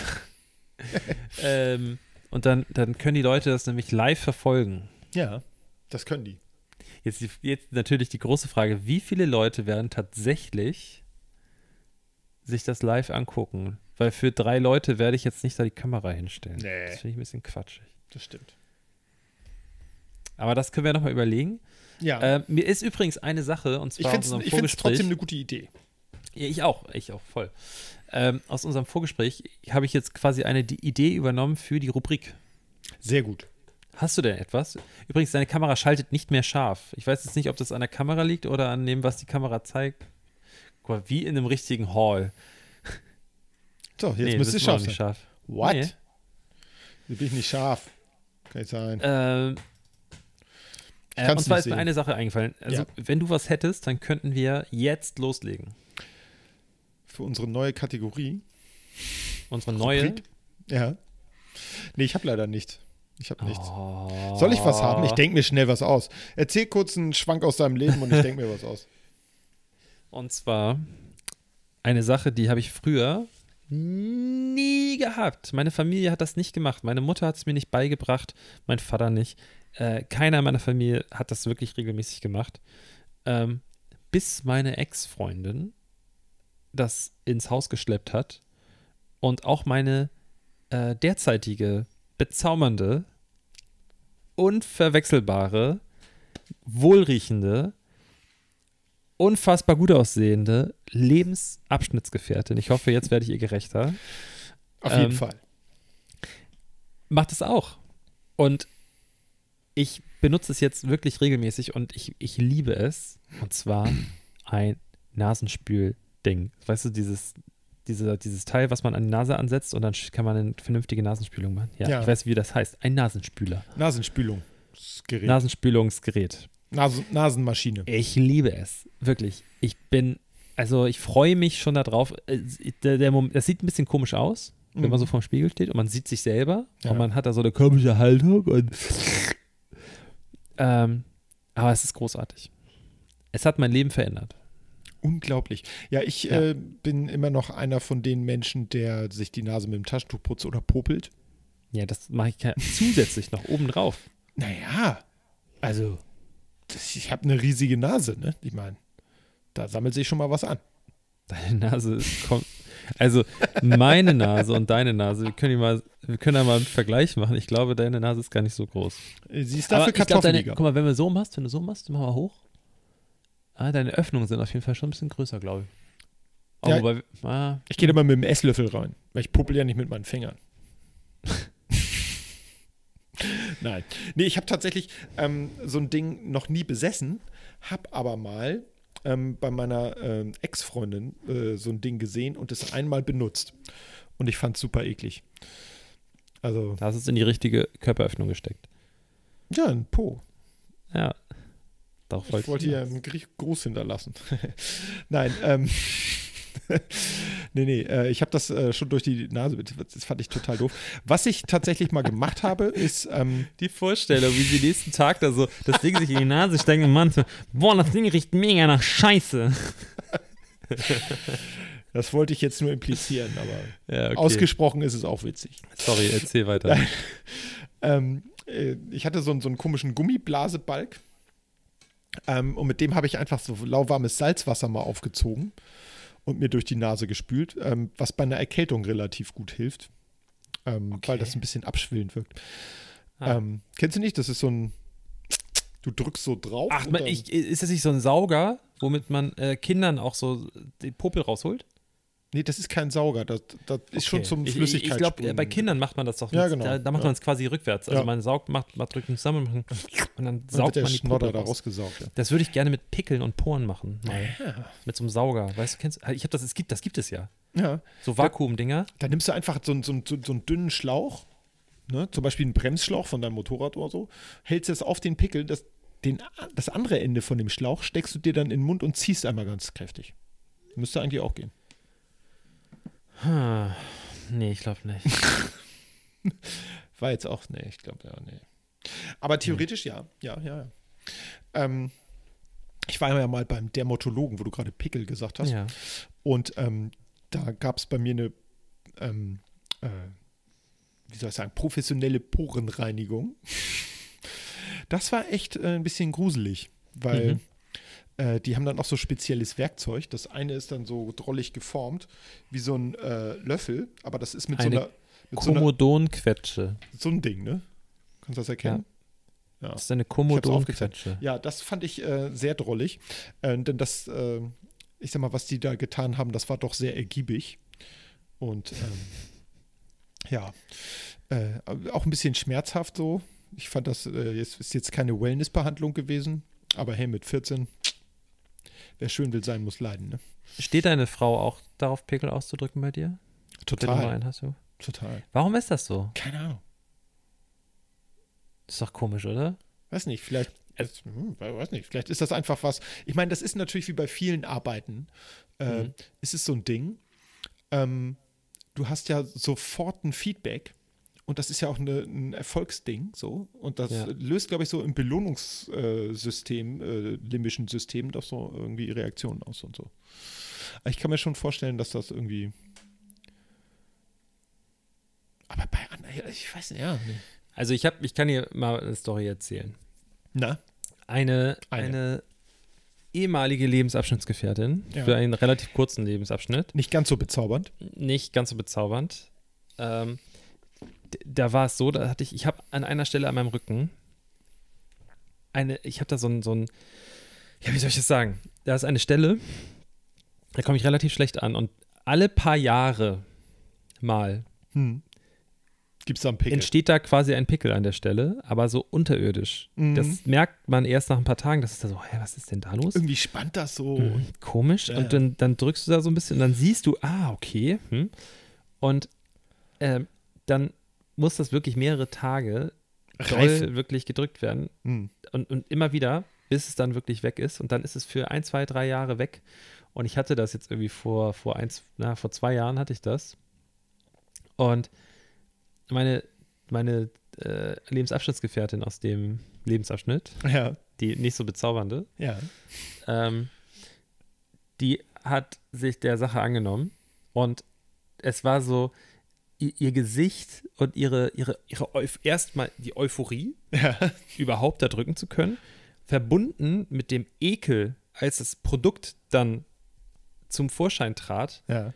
ähm, und dann, dann können die Leute das nämlich live verfolgen.
Ja. Das können die.
Jetzt, die- jetzt natürlich die große Frage, wie viele Leute werden tatsächlich sich das live angucken? Weil für drei Leute werde ich jetzt nicht da die Kamera hinstellen.
Nee.
Das finde ich ein bisschen quatschig.
Das stimmt.
Aber das können wir nochmal überlegen.
Ja.
Äh, mir ist übrigens eine Sache, und
Ähm, ich
zwar aus
finde
unserem
es
Vorgespräch.
trotzdem eine gute Idee.
Ja, ich auch, ich auch, voll. Ähm, aus unserem Vorgespräch habe ich jetzt quasi eine die Idee übernommen für die Rubrik.
Sehr gut.
Hast du denn etwas? Übrigens, deine Kamera schaltet nicht mehr scharf. Ich weiß jetzt nicht, ob das an der Kamera liegt oder an dem, was die Kamera zeigt. Guck mal, wie in einem richtigen Hall.
So, jetzt
Nee,
müsste
das
es
ist noch
scharf
nicht
sein.
scharf.
What?
Nee.
Jetzt bin ich nicht scharf. Kann ich sein.
Ähm, äh,
kann's nicht
und zwar ist mir
sehen.
eine Sache eingefallen. Also,
Ja.
wenn du was hättest, dann könnten wir jetzt loslegen.
Für unsere neue Kategorie.
Unsere neue.
Rubrik? Ja. Nee, ich habe leider nichts. Ich habe nichts.
Oh.
Soll ich was haben? Ich denke mir schnell was aus. Erzähl kurz einen Schwank aus deinem Leben und ich denke mir was aus.
Und zwar eine Sache, die habe ich früher nie gehabt. Meine Familie hat das nicht gemacht. Meine Mutter hat es mir nicht beigebracht, mein Vater nicht. Äh, keiner meiner Familie hat das wirklich regelmäßig gemacht. Ähm, bis meine Ex-Freundin das ins Haus geschleppt hat und auch meine äh, derzeitige bezaubernde, unverwechselbare, wohlriechende unfassbar gut aussehende Lebensabschnittsgefährtin. Ich hoffe, jetzt werde ich ihr gerechter.
Auf
Ähm,
jeden Fall.
Macht es auch. Und ich benutze es jetzt wirklich regelmäßig und ich, ich liebe es. Und zwar ein Nasenspül-Ding. Weißt du, dieses, diese, dieses Teil, was man an die Nase ansetzt und dann sch- kann man eine vernünftige Nasenspülung machen. Ja,
Ja.
ich weiß, wie das heißt. Ein Nasenspüler.
Nasenspülung. Das Gerät.
Nasenspülungsgerät.
Nasen Nasenmaschine.
Ich liebe es, wirklich. Ich bin, also ich freue mich schon darauf. Äh, Der, der Moment, das sieht ein bisschen komisch aus, wenn
Mhm.
man so vorm Spiegel steht und man sieht sich selber
Ja.
und man hat da so eine komische Haltung und ähm, aber es ist großartig. Es hat mein Leben verändert.
Unglaublich. Ja, ich
Ja.
Äh, bin immer noch einer von den Menschen, der sich die Nase mit dem Taschentuch putzt oder popelt.
Ja, das mache ich ke- zusätzlich noch obendrauf.
Naja,
Also.
das, ich habe eine riesige Nase, ne? Ich meine, da sammelt sich schon mal was an.
Deine Nase ist kom- Also meine Nase und deine Nase, wir können, die mal, wir können da mal einen Vergleich machen. Ich glaube, deine Nase ist gar nicht so groß.
Äh, Sie ist
Aber
dafür
ich glaube, deine,
Kartoffelliga.
guck mal, wenn du so machst, wenn du so um machst, mach mal hoch. Ah, deine Öffnungen sind auf jeden Fall schon ein bisschen größer, glaube ich. Oh,
Ja.
wobei, ah,
Ich gehe da mal mit dem Esslöffel rein, weil ich popel ja nicht mit meinen Fingern. Nein. Nee, ich habe tatsächlich ähm, so ein Ding noch nie besessen, habe aber mal ähm, bei meiner ähm, Ex-Freundin äh, so ein Ding gesehen und es einmal benutzt. Und ich fand es super eklig. Also,
da hast du es in die richtige Körperöffnung gesteckt.
ja, ein Po.
Ja. Darauf
Ich wollte hier einen Griech Gruß hinterlassen. Nein, ähm. nee, nee, äh, ich habe das äh, schon durch die Nase. Das fand ich total doof. Was ich tatsächlich mal gemacht habe, ist. Ähm,
Die Vorstellung, wie sie nächsten Tag da so das Ding sich in die Nase stecken und man so, boah, das Ding riecht mega nach Scheiße.
das wollte ich jetzt nur implizieren, aber
Ja, okay.
ausgesprochen ist es auch witzig.
Sorry, erzähl weiter.
Ähm, äh, ich hatte so, einen- so einen komischen Gummiblasebalg. Ähm, und mit dem habe ich einfach so lauwarmes Salzwasser mal aufgezogen und mir durch die Nase gespült, ähm, was bei einer Erkältung relativ gut hilft, ähm, weil das ein bisschen abschwillend wirkt.
Ah.
Ähm, kennst du nicht? Das ist so ein. Du drückst so drauf.
Ach,
und
man,
dann-
ich, ist das nicht so ein Sauger, womit man äh, Kindern auch so den Popel rausholt?
nee, das ist kein Sauger. Das, das ist schon
Okay.
zum
Ich- Ich, ich
Flüssigkeitsspülen.
glaube, bei Kindern macht man das doch.
Ja,
mit-
genau.
Da, da macht
Ja.
man es quasi rückwärts. Also
Ja.
man saugt, macht, macht drückt einen zusammen und dann
Dann wird
saugt
der
man die
Schnodder
Popel
da
raus.
rausgesaugt. Ja.
Das würde ich gerne mit Pickeln und Poren machen. Mal.
Ah,
Mit so einem Sauger. Weißt du, kennst Ich habe das, es gibt, das gibt es ja.
ja.
So Vakuumdinger.
Da nimmst du einfach so, einen- so, einen- so, so einen dünnen Schlauch, ne? zum Beispiel einen Bremsschlauch von deinem Motorrad oder so, hältst das auf den Pickel, das, den, das andere Ende von dem Schlauch steckst du dir dann in den Mund und ziehst einmal ganz kräftig. Müsste eigentlich auch gehen. Ah.
Hm. Nee, ich glaube nicht.
War jetzt auch, nee, ich glaube, ja, nee. Aber theoretisch ja, ja, ja, ja. Ähm, ich war ja mal beim Dermatologen, wo du gerade Pickel gesagt hast.
ja.
Und ähm, da gab es bei mir eine, ähm, äh, wie soll ich sagen, professionelle Porenreinigung. Das war echt äh, ein bisschen gruselig, weil
Mhm.
äh, die haben dann auch so spezielles Werkzeug. Das eine ist dann so drollig geformt, wie so ein äh, Löffel, aber das ist mit
Eine
so einer. Mit so, einer
Komodonquetsche.
so ein Ding, ne? Kannst du das erkennen? Ja.
Das ist eine
aufgezeigt.
Komodonquetsche.
Ja, das fand ich äh, sehr drollig. Äh, denn das, äh, ich sag mal, was die da getan haben, das war doch sehr ergiebig. Und ähm, ja, äh, auch ein bisschen schmerzhaft so. Ich fand das, äh, jetzt ist jetzt keine Wellnessbehandlung gewesen, aber hey, mit 14, wer schön will sein, muss leiden, ne?
Steht deine Frau auch darauf, Pickel auszudrücken bei dir? Wenn du mal
Total,
einen hast, du?
total.
Warum ist das so?
Keine Ahnung.
Ist doch komisch, oder?
Weiß nicht, vielleicht.
Äh,
Es, hm, weiß nicht, vielleicht ist das einfach was. Ich meine, das ist natürlich wie bei vielen Arbeiten. Äh,
Mhm.
Ist es so ein Ding. Ähm, du hast ja sofort ein Feedback und das ist ja auch eine, ein Erfolgsding so. Und das
Ja.
löst, glaube ich, so im Belohnungssystem, äh, limbischen System, doch so irgendwie Reaktionen aus und so. Aber ich kann mir schon vorstellen, dass das irgendwie. Aber bei anderen, ich weiß nicht, ja. Nee.
Also ich habe, ich kann dir mal eine Story erzählen.
Na,
Eine, eine.
Eine.
ehemalige Lebensabschnittsgefährtin
Ja.
für einen relativ kurzen Lebensabschnitt,
nicht ganz so bezaubernd.
nicht ganz so bezaubernd. Ähm, d- da war es so, da hatte ich, ich habe an einer Stelle an meinem Rücken eine, ich habe da so ein, so ein, ja, wie soll ich das sagen? Da ist eine Stelle, da komme ich relativ schlecht an und alle paar Jahre mal
Hm. Gibt's da einen Pickel?
entsteht da quasi ein Pickel an der Stelle, aber so unterirdisch.
Mhm.
Das merkt man erst nach ein paar Tagen, das ist da so, hä, was ist denn da los?
Irgendwie spannt das Hm. so.
Mhm, komisch.
Ja, ja.
Und dann, dann drückst du da so ein bisschen und dann siehst du, ah, okay. Hm. Und ähm, dann muss das wirklich mehrere Tage
Reifen.
doll wirklich gedrückt werden
Hm.
und, und immer wieder, bis es dann wirklich weg ist. Und dann ist es für ein, zwei, drei Jahre weg. Und ich hatte das jetzt irgendwie vor, vor eins, na, vor zwei Jahren hatte ich das. Und meine, meine äh, Lebensabschnittsgefährtin aus dem Lebensabschnitt,
Ja,
die nicht so bezaubernde,
ja.
ähm, die hat sich der Sache angenommen und es war so i- ihr Gesicht und ihre ihre ihre Euph erstmal die Euphorie
Ja.
überhaupt da drücken zu können, verbunden mit dem Ekel, als das Produkt dann zum Vorschein trat,
ja.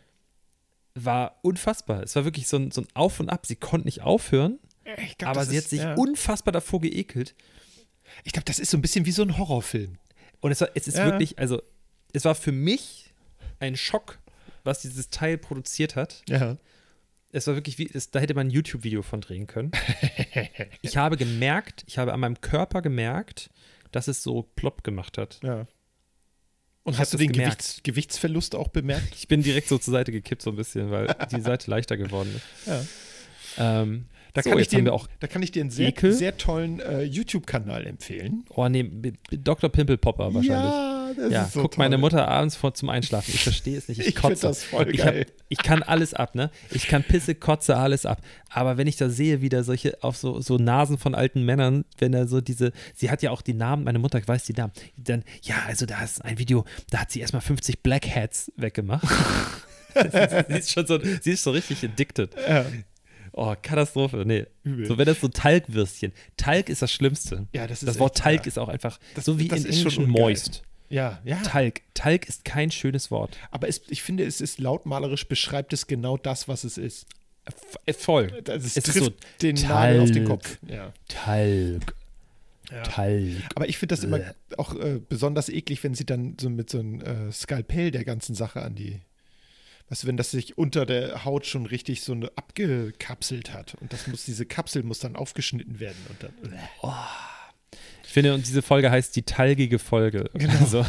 war unfassbar. Es war wirklich so ein, so ein Auf und Ab. Sie konnte nicht aufhören,
Ich glaub,
aber
das
sie
ist,
hat sich
ja.
unfassbar davor geekelt.
Ich glaube, das ist so ein bisschen wie so ein Horrorfilm.
Und es, war, es ist
Ja.
wirklich, also, es war für mich ein Schock, was dieses Teil produziert hat.
Ja.
Es war wirklich wie, es, da hätte man ein YouTube-Video von drehen können. ich habe gemerkt, ich habe an meinem Körper gemerkt, dass es so plopp gemacht hat.
ja. Und
Ich hab
hast du
das
den
gemerkt.
Gewichts, Gewichtsverlust auch bemerkt?
Ich bin direkt so zur Seite gekippt, so ein bisschen, weil die Seite leichter geworden ist.
Ja.
Ähm,
Da,
so,
kann, ich
jetzt haben
dir,
wir auch.
da kann ich dir einen sehr,
Ekel.
sehr tollen äh, YouTube-Kanal empfehlen.
Oh, nee, B- B- Dr. Pimple Popper wahrscheinlich.
Ja, das
Ja,
ist so
guckt
toll.
meine Mutter abends vor zum Einschlafen. Ich verstehe es nicht. Ich,
Ich find
kotze.
das voll
ich, hab,
geil.
ich kann alles ab, ne? Ich kann Pisse, Kotze, alles ab. Aber wenn ich da sehe, wie da solche, auf so, so Nasen von alten Männern, wenn da so diese, sie hat ja auch die Namen, meine Mutter weiß die Namen, dann, ja, also da ist ein Video, da hat sie erstmal 50 Blackheads weggemacht. sie, ist schon so, sie ist so richtig addicted.
Ja.
Oh, Katastrophe. Nee.
Übel.
So, wenn das so Talgwürstchen. Talg ist das Schlimmste.
Ja, das ist
Das Wort
echt,
Talg
ja.
ist auch einfach
Das-
so wie
das
in
ist schon Ah.
Englischen
ungeil.
moist.
Ja, ja.
Talg. Talg ist kein schönes Wort.
Aber es, ich finde, es ist lautmalerisch beschreibt es genau das, was es ist.
F- äh, Voll.
Das, es,
Es ist
trifft
so
den Nagel auf den
Talg.
Kopf. Ja.
Talg. Talg.
Aber ich finde das immer auch äh, besonders eklig, wenn sie dann so mit so einem äh, Skalpell der ganzen Sache an die. Weißt du, wenn das sich unter der Haut schon richtig so eine abgekapselt hat und das muss, diese Kapsel muss dann aufgeschnitten werden und dann. äh,
Ich finde, und diese Folge heißt die talgige Folge. Genau. Also,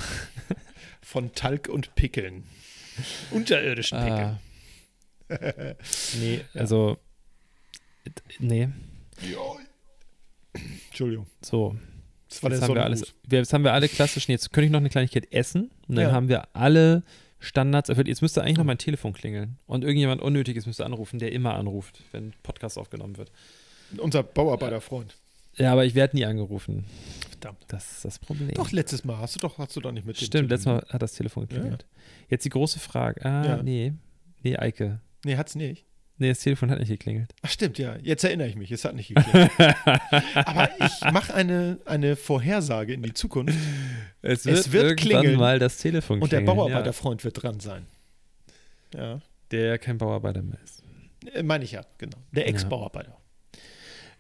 Von Talg und Pickeln. Unterirdischen
ah.
Pickeln.
nee, also, nee,
Ja. Entschuldigung.
so.
Das war
jetzt,
der
haben wir
Sonnenhut.
alles, wir, jetzt haben wir alle klassischen, jetzt könnte ich noch eine Kleinigkeit essen und dann
Ja.
haben wir alle Standards erfüllt. Jetzt müsste eigentlich noch mein Telefon klingeln und irgendjemand Unnötiges müsste anrufen, der immer anruft, wenn Podcast aufgenommen wird.
Unser Bauarbeiterfreund.
Ja, aber ich werde nie angerufen.
Verdammt.
Das ist das Problem.
Doch, letztes Mal hast du doch, hast du doch nicht mit dem
Stimmt, letztes
Typen-
Mal hat das Telefon geklingelt. Jetzt die große Frage. Ah,
Ja.
nee. Nee, Eike.
Nee, hat's nicht.
Nee, das Telefon hat nicht geklingelt.
Ach stimmt, ja. Jetzt erinnere ich mich. Es hat nicht geklappt. Aber ich mache eine, eine Vorhersage in die Zukunft
Es
wird
irgendwann
klingeln.
mal das Telefon
und der
klingeln. ja,
Bauarbeiterfreund wird dran sein. Ja,
der ja kein Bauarbeiter mehr ist.
äh, meine ich ja, genau. Der Ex-Bauarbeiter.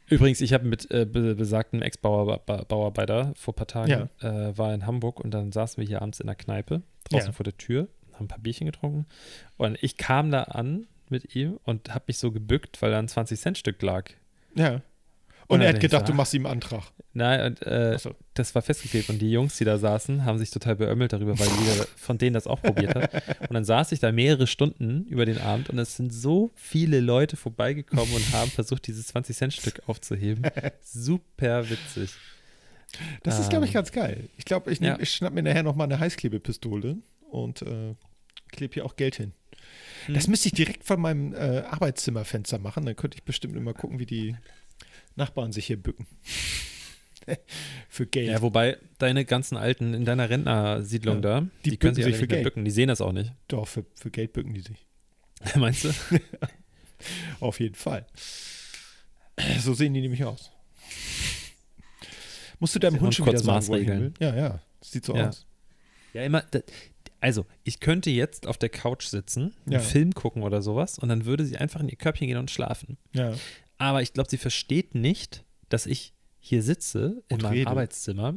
Übrigens, ich habe mit äh, be besagtem Ex-Bauarbeiter vor ein paar Tagen,
Ja.
äh, war in Hamburg und dann saßen wir hier abends in der Kneipe, draußen
Ja.
vor der Tür, haben ein paar Bierchen getrunken und ich kam da an mit ihm und habe mich so gebückt, weil da ein 20-Cent-Stück lag.
Ja. Und er hat
Allerdings,
gedacht, du
ja.
machst ihm einen Antrag.
Nein, und äh,
Ach so.
das war festgeklebt und die Jungs, die da saßen, haben sich total beömmelt darüber, weil jeder von denen das auch probiert hat. Und dann saß ich da mehrere Stunden über den Abend und es sind so viele Leute vorbeigekommen und haben versucht, dieses 20-Cent-Stück aufzuheben. Super witzig.
Das ist, glaube ich,
Ähm,
ganz geil. Ich glaube, ich, nehm-
ja.
ich schnapp mir nachher nochmal eine Heißklebepistole und äh, klebe hier auch Geld hin.
Hm.
Das müsste ich direkt von meinem äh, Arbeitszimmerfenster machen. Dann könnte ich bestimmt immer gucken, wie die Nachbarn sich hier bücken. Für Geld.
Ja, wobei deine ganzen Alten in deiner Rentnersiedlung
Ja,
da,
die
die, können
bücken
sich,
sich
alle
für
nicht mehr
Geld.
bücken. Die sehen das auch nicht.
Doch, für, für Geld bücken die sich.
Meinst du?
Auf jeden Fall. So sehen die nämlich aus. Musst du deinem
Sie
Hund
haben
schon
kurz
wieder sagen, wo er hin will? Ja,
Maßregeln.
ja. Das sieht so
Ja.
aus.
Ja, immer. da- Also, ich könnte jetzt auf der Couch sitzen,
Ja.
einen Film gucken oder sowas und dann würde sie einfach in ihr Körbchen gehen und schlafen.
Ja.
Aber ich glaube, sie versteht nicht, dass ich hier sitze in
Und
meinem
rede.
Arbeitszimmer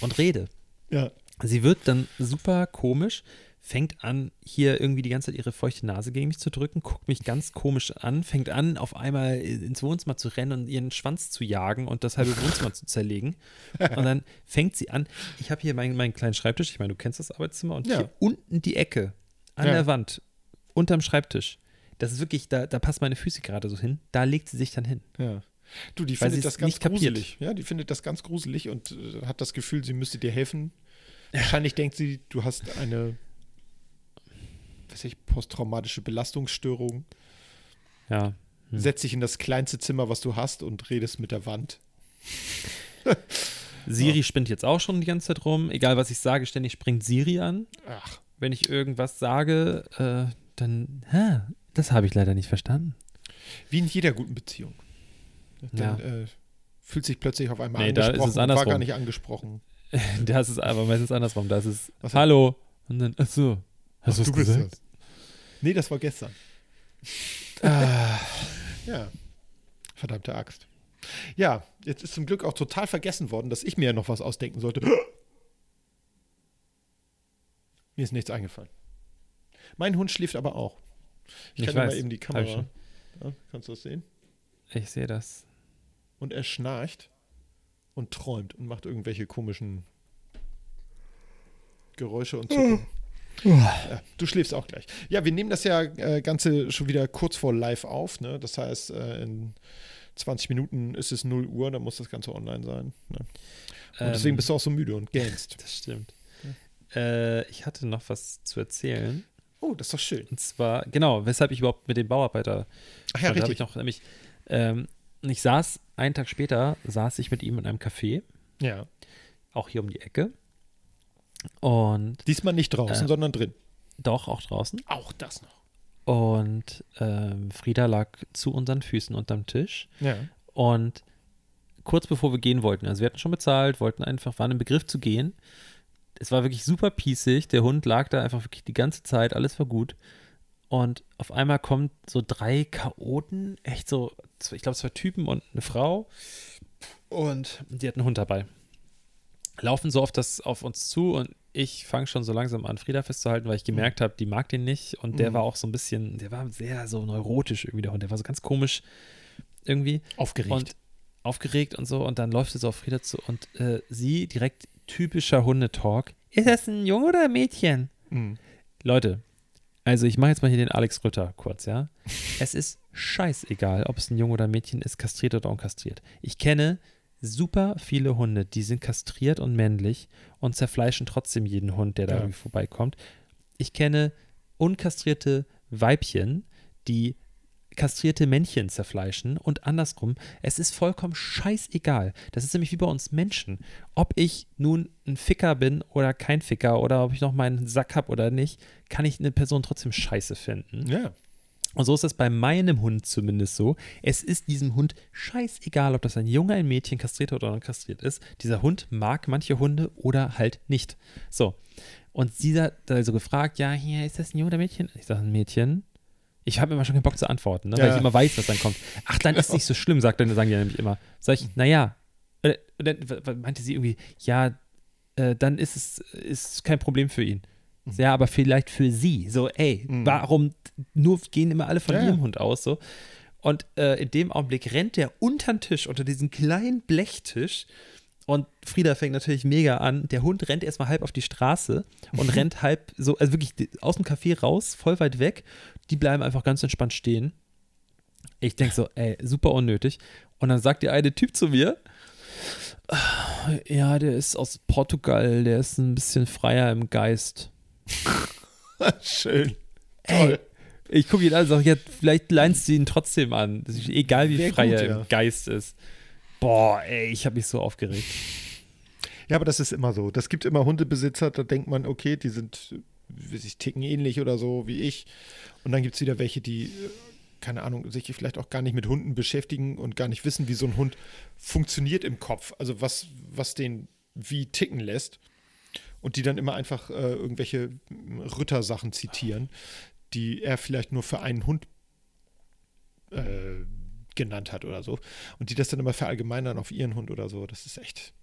und rede.
Ja.
Sie wird dann super komisch, fängt an, hier irgendwie die ganze Zeit ihre feuchte Nase gegen mich zu drücken, guckt mich ganz komisch an, fängt an, auf einmal ins Wohnzimmer zu rennen und ihren Schwanz zu jagen und das halbe Wohnzimmer zu zerlegen. Und dann fängt sie an, ich habe hier meinen, meinen kleinen Schreibtisch, ich meine, du kennst das Arbeitszimmer, und
Ja.
hier unten die Ecke an
Ja.
der Wand, unterm Schreibtisch. Das ist wirklich, da, da passt meine Füße gerade so hin. Da legt sie sich dann hin.
ja. Du, die
Weil sie
findet
es
das ganz
nicht kapiert.
gruselig. Ja, die findet das ganz gruselig und äh, hat das Gefühl, sie müsste dir helfen. Wahrscheinlich denkt sie, du hast eine weiß ich, posttraumatische Belastungsstörung.
Ja. Hm.
Setz dich in das kleinste Zimmer, was du hast und redest mit der Wand.
Siri spinnt jetzt auch schon die ganze Zeit rum. Egal, was ich sage, ständig springt Siri an.
Ach,
wenn ich irgendwas sage, äh, dann, hä, das habe ich leider nicht verstanden.
Wie in jeder guten Beziehung. Dann äh, fühlt sich plötzlich auf einmal
Nee, da ist
angesprochen
es
und war
andersrum.
gar nicht angesprochen.
Das ist aber meistens andersrum. Das ist,
Was-
hallo. Und dann, ach so, hast du es gesagt?
das. Nee, das war gestern.
Ah.
ja. Verdammte Axt. Ja, jetzt ist zum Glück auch total vergessen worden, dass ich mir ja noch was ausdenken sollte. Mir ist nichts eingefallen. Mein Hund schläft aber auch. Ich
Ich
kann dir mal
weiß,
eben die
hab ich
Kamera. Ja, kannst du das sehen?
Ich sehe das.
Und er schnarcht und träumt und macht irgendwelche komischen Geräusche und Zucken. Ja, du schläfst auch gleich. Ja, wir nehmen das ja äh, Ganze schon wieder kurz vor live auf. Ne? Das heißt, äh, in 20 Minuten ist es 0 Uhr, dann muss das Ganze online sein. Ne? Und deswegen bist du auch so müde und gähnst.
Ähm, Das stimmt. Äh, ich hatte noch was zu erzählen.
Oh, das ist doch schön.
Und zwar, genau, weshalb ich überhaupt mit dem Bauarbeiter
Ach ja,
Und Da habe ich
richtig.
noch nämlich, ähm, und ich saß, einen Tag später saß ich mit ihm in einem Café,
Ja.
auch hier um die Ecke. Und
Diesmal nicht draußen,
Äh.
sondern drin.
doch auch draußen.
Auch das noch.
Und ähm, Frieda lag zu unseren Füßen unterm Tisch.
Ja.
Und kurz bevor wir gehen wollten, also wir hatten schon bezahlt, wollten einfach, waren im Begriff zu gehen. Es war wirklich super pießig. Der Hund lag da einfach wirklich die ganze Zeit, alles war gut. Und auf einmal kommen so drei Chaoten, echt so, ich glaube, zwei Typen und eine Frau, Und die hat einen Hund dabei. Laufen so auf, das, auf uns zu und ich fange schon so langsam an, Frieda festzuhalten, weil ich gemerkt habe, die mag den nicht. Und der
Mhm.
war auch so ein bisschen, der war sehr so neurotisch irgendwie, der Hund. Der war so ganz komisch irgendwie.
Aufgeregt.
Und aufgeregt und so. Und dann läuft sie so auf Frieda zu und äh, sie direkt typischer Hundetalk. Ist das ein Junge oder ein Mädchen?
Mhm.
Leute, also ich mache jetzt mal hier den Alex Rütter kurz, ja? Es ist scheißegal, ob es ein Junge oder ein Mädchen ist, kastriert oder unkastriert. Ich kenne super viele Hunde, die sind kastriert und männlich und zerfleischen trotzdem jeden Hund, der da
Ja.
irgendwie vorbeikommt. Ich kenne unkastrierte Weibchen, die kastrierte Männchen zerfleischen und andersrum. Es ist vollkommen scheißegal. Das ist nämlich wie bei uns Menschen. Ob ich nun ein Ficker bin oder kein Ficker oder ob ich noch meinen Sack habe oder nicht, kann ich eine Person trotzdem scheiße finden.
Ja.
Und so ist das bei meinem Hund zumindest so. Es ist diesem Hund scheißegal, ob das ein Junge, ein Mädchen kastriert oder unkastriert ist. Dieser Hund mag manche Hunde oder halt nicht. So. Und sie hat da so gefragt, ja, hier, ist das ein Junge oder ein Mädchen? Ich sage, ein Mädchen. Ich habe immer schon keinen Bock zu antworten, ne? weil
Ja.
ich immer weiß, was dann kommt. Ach, dann ist nicht so schlimm, sagt dann, sagen die nämlich immer. Sag ich, naja. Und dann w- w- meinte sie irgendwie, ja, äh, dann ist es ist kein Problem für ihn. Ja, aber vielleicht für sie. So, ey,
Mhm.
warum nur gehen immer alle von
Ja, ja.
ihrem Hund aus? So. Und äh, in dem Augenblick rennt der unter den Tisch, unter diesen kleinen Blechtisch. Und Frieda fängt natürlich mega an. Der Hund rennt erstmal halb auf die Straße und rennt halb so, also wirklich aus dem Café raus, voll weit weg. Die bleiben einfach ganz entspannt stehen. Ich denke so, ey, super unnötig. Und dann sagt der eine Typ zu mir, "Ah, ja, der ist aus Portugal, der ist ein bisschen freier im Geist.
Schön.
Ey, ich gucke ihn an und sage, ja, vielleicht leinst du ihn trotzdem an. Das ist Egal wie
Wär
frei
gut,
er
ja.
im Geist ist. Boah, ey, ich habe mich so aufgeregt.
Ja, aber das ist immer so. Das gibt immer Hundebesitzer, da denkt man, okay, die sind, äh, weiß ich ticken ähnlich oder so wie ich. Und dann gibt es wieder welche, die, äh, keine Ahnung, sich vielleicht auch gar nicht mit Hunden beschäftigen und gar nicht wissen, wie so ein Hund funktioniert im Kopf. Also was, was den wie ticken lässt. Und die dann immer einfach äh, irgendwelche mm, Ritter-Sachen zitieren, die er vielleicht nur für einen Hund äh, genannt hat oder so. Und die das dann immer verallgemeinern auf ihren Hund oder so. Das ist echt.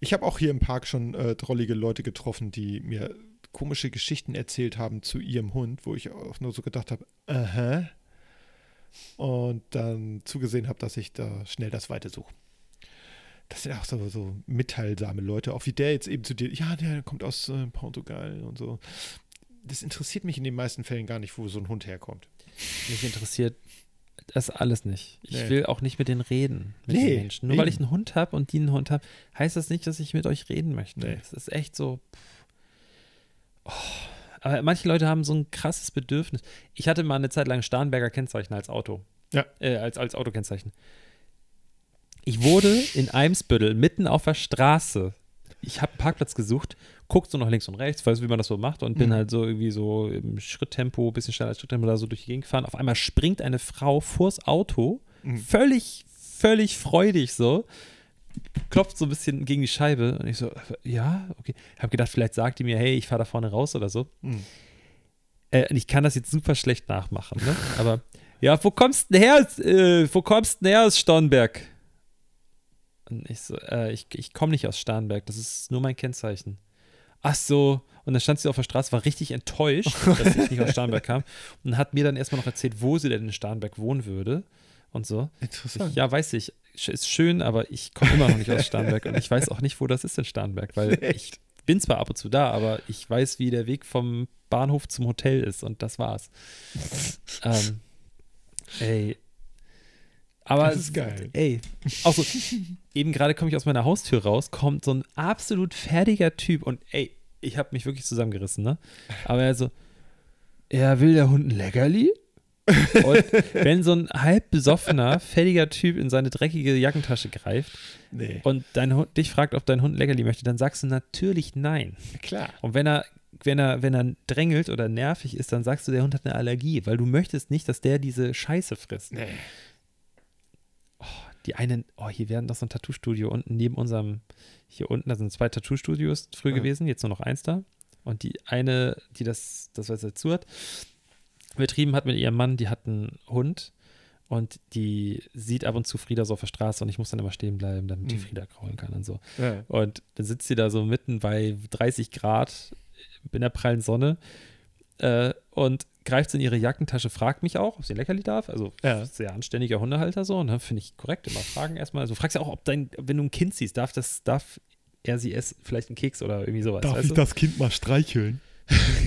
Ich habe auch hier im Park schon äh, drollige Leute getroffen, die mir komische Geschichten erzählt haben zu ihrem Hund, wo ich auch nur so gedacht habe, aha. Und dann zugesehen habe, dass ich da schnell das Weite suche. Das sind auch so, so mitteilsame Leute, auch wie der jetzt eben zu dir, ja, der kommt aus äh, Portugal und so. Das interessiert mich in den meisten Fällen gar nicht, wo so ein Hund herkommt.
Mich interessiert das alles nicht. Ich
Nee.
will auch nicht mit denen reden, mit
Nee,
den Menschen. Nur weil
eben.
ich einen Hund habe und die einen Hund haben, heißt das nicht, dass ich mit euch reden möchte.
Nee.
Es ist echt so. Pff. Oh. Aber manche Leute haben so ein krasses Bedürfnis. Ich hatte mal eine Zeit lang Starnberger Kennzeichen als Auto.
Ja.
Äh, als, als Autokennzeichen. Ich wurde in Eimsbüttel mitten auf der Straße. Ich habe einen Parkplatz gesucht, guck so nach links und rechts, weiß, wie man das so macht, und bin
Mhm.
halt so irgendwie so im Schritttempo, bisschen schneller als Schritttempo da so durch die Gegend gefahren. Auf einmal springt eine Frau vors Auto,
Mhm.
völlig, völlig freudig so, klopft so ein bisschen gegen die Scheibe. Und ich so, äh, ja, okay. Hab gedacht, vielleicht sagt die mir, hey, ich fahre da vorne raus oder so.
Mhm.
Äh, und ich kann das jetzt super schlecht nachmachen, ne? Aber ja, wo kommst denn her? Äh, wo kommst denn her aus Starnberg? Und ich so, äh, ich, ich komme nicht aus Starnberg, das ist nur mein Kennzeichen. Ach so. Und dann stand sie auf der Straße, war richtig enttäuscht, dass ich nicht aus Starnberg kam. Und hat mir dann erstmal noch erzählt, wo sie denn in Starnberg wohnen würde und so.
Interessant.
Ich, ja, weiß ich. Sch- Ist schön, aber ich komme immer noch nicht aus Starnberg und ich weiß auch nicht, wo das ist in Starnberg, weil ich bin zwar ab und zu da, aber ich weiß, wie der Weg vom Bahnhof zum Hotel ist und das war's. ähm, ey. Aber
Das ist geil.
Ey, auch so, eben gerade komme ich aus meiner Haustür raus, kommt so ein absolut fertiger Typ und ey, ich habe mich wirklich zusammengerissen, ne? Aber er so, ja, will der Hund ein Leckerli? Und wenn so ein halb besoffener, fälliger Typ in seine dreckige Jackentasche greift
Nee.
und dein Hund dich fragt, ob dein Hund ein Leckerli möchte, dann sagst du natürlich nein.
Klar.
Und wenn er, wenn er, wenn er drängelt oder nervig ist, dann sagst du, der Hund hat eine Allergie, weil du möchtest nicht, dass der diese Scheiße frisst.
Nee.
Die einen, oh, hier wäre noch so ein Tattoo-Studio unten neben unserem, hier unten, da sind zwei Tattoo-Studios früher
Ah.
gewesen, jetzt nur noch eins da. Und die eine, die das, das weiß dazu hat, betrieben hat mit ihrem Mann, die hat einen Hund. Und die sieht ab und zu Frieda so auf der Straße und ich muss dann immer stehen bleiben, damit die
Mhm.
Frieda kraulen kann und so.
Ja.
Und dann sitzt sie da so mitten bei 30 Grad in der prallen Sonne äh, und greift in ihre Jackentasche, fragt mich auch, ob sie ein Leckerli darf. Also
Ja.
sehr anständiger Hundehalter so, ne? finde ich korrekt. Immer fragen erstmal. Also fragst ja auch, ob dein, wenn du ein Kind siehst, darf das, darf er sie essen, vielleicht einen Keks oder irgendwie sowas.
Darf
weißt
ich
du?
das Kind mal streicheln?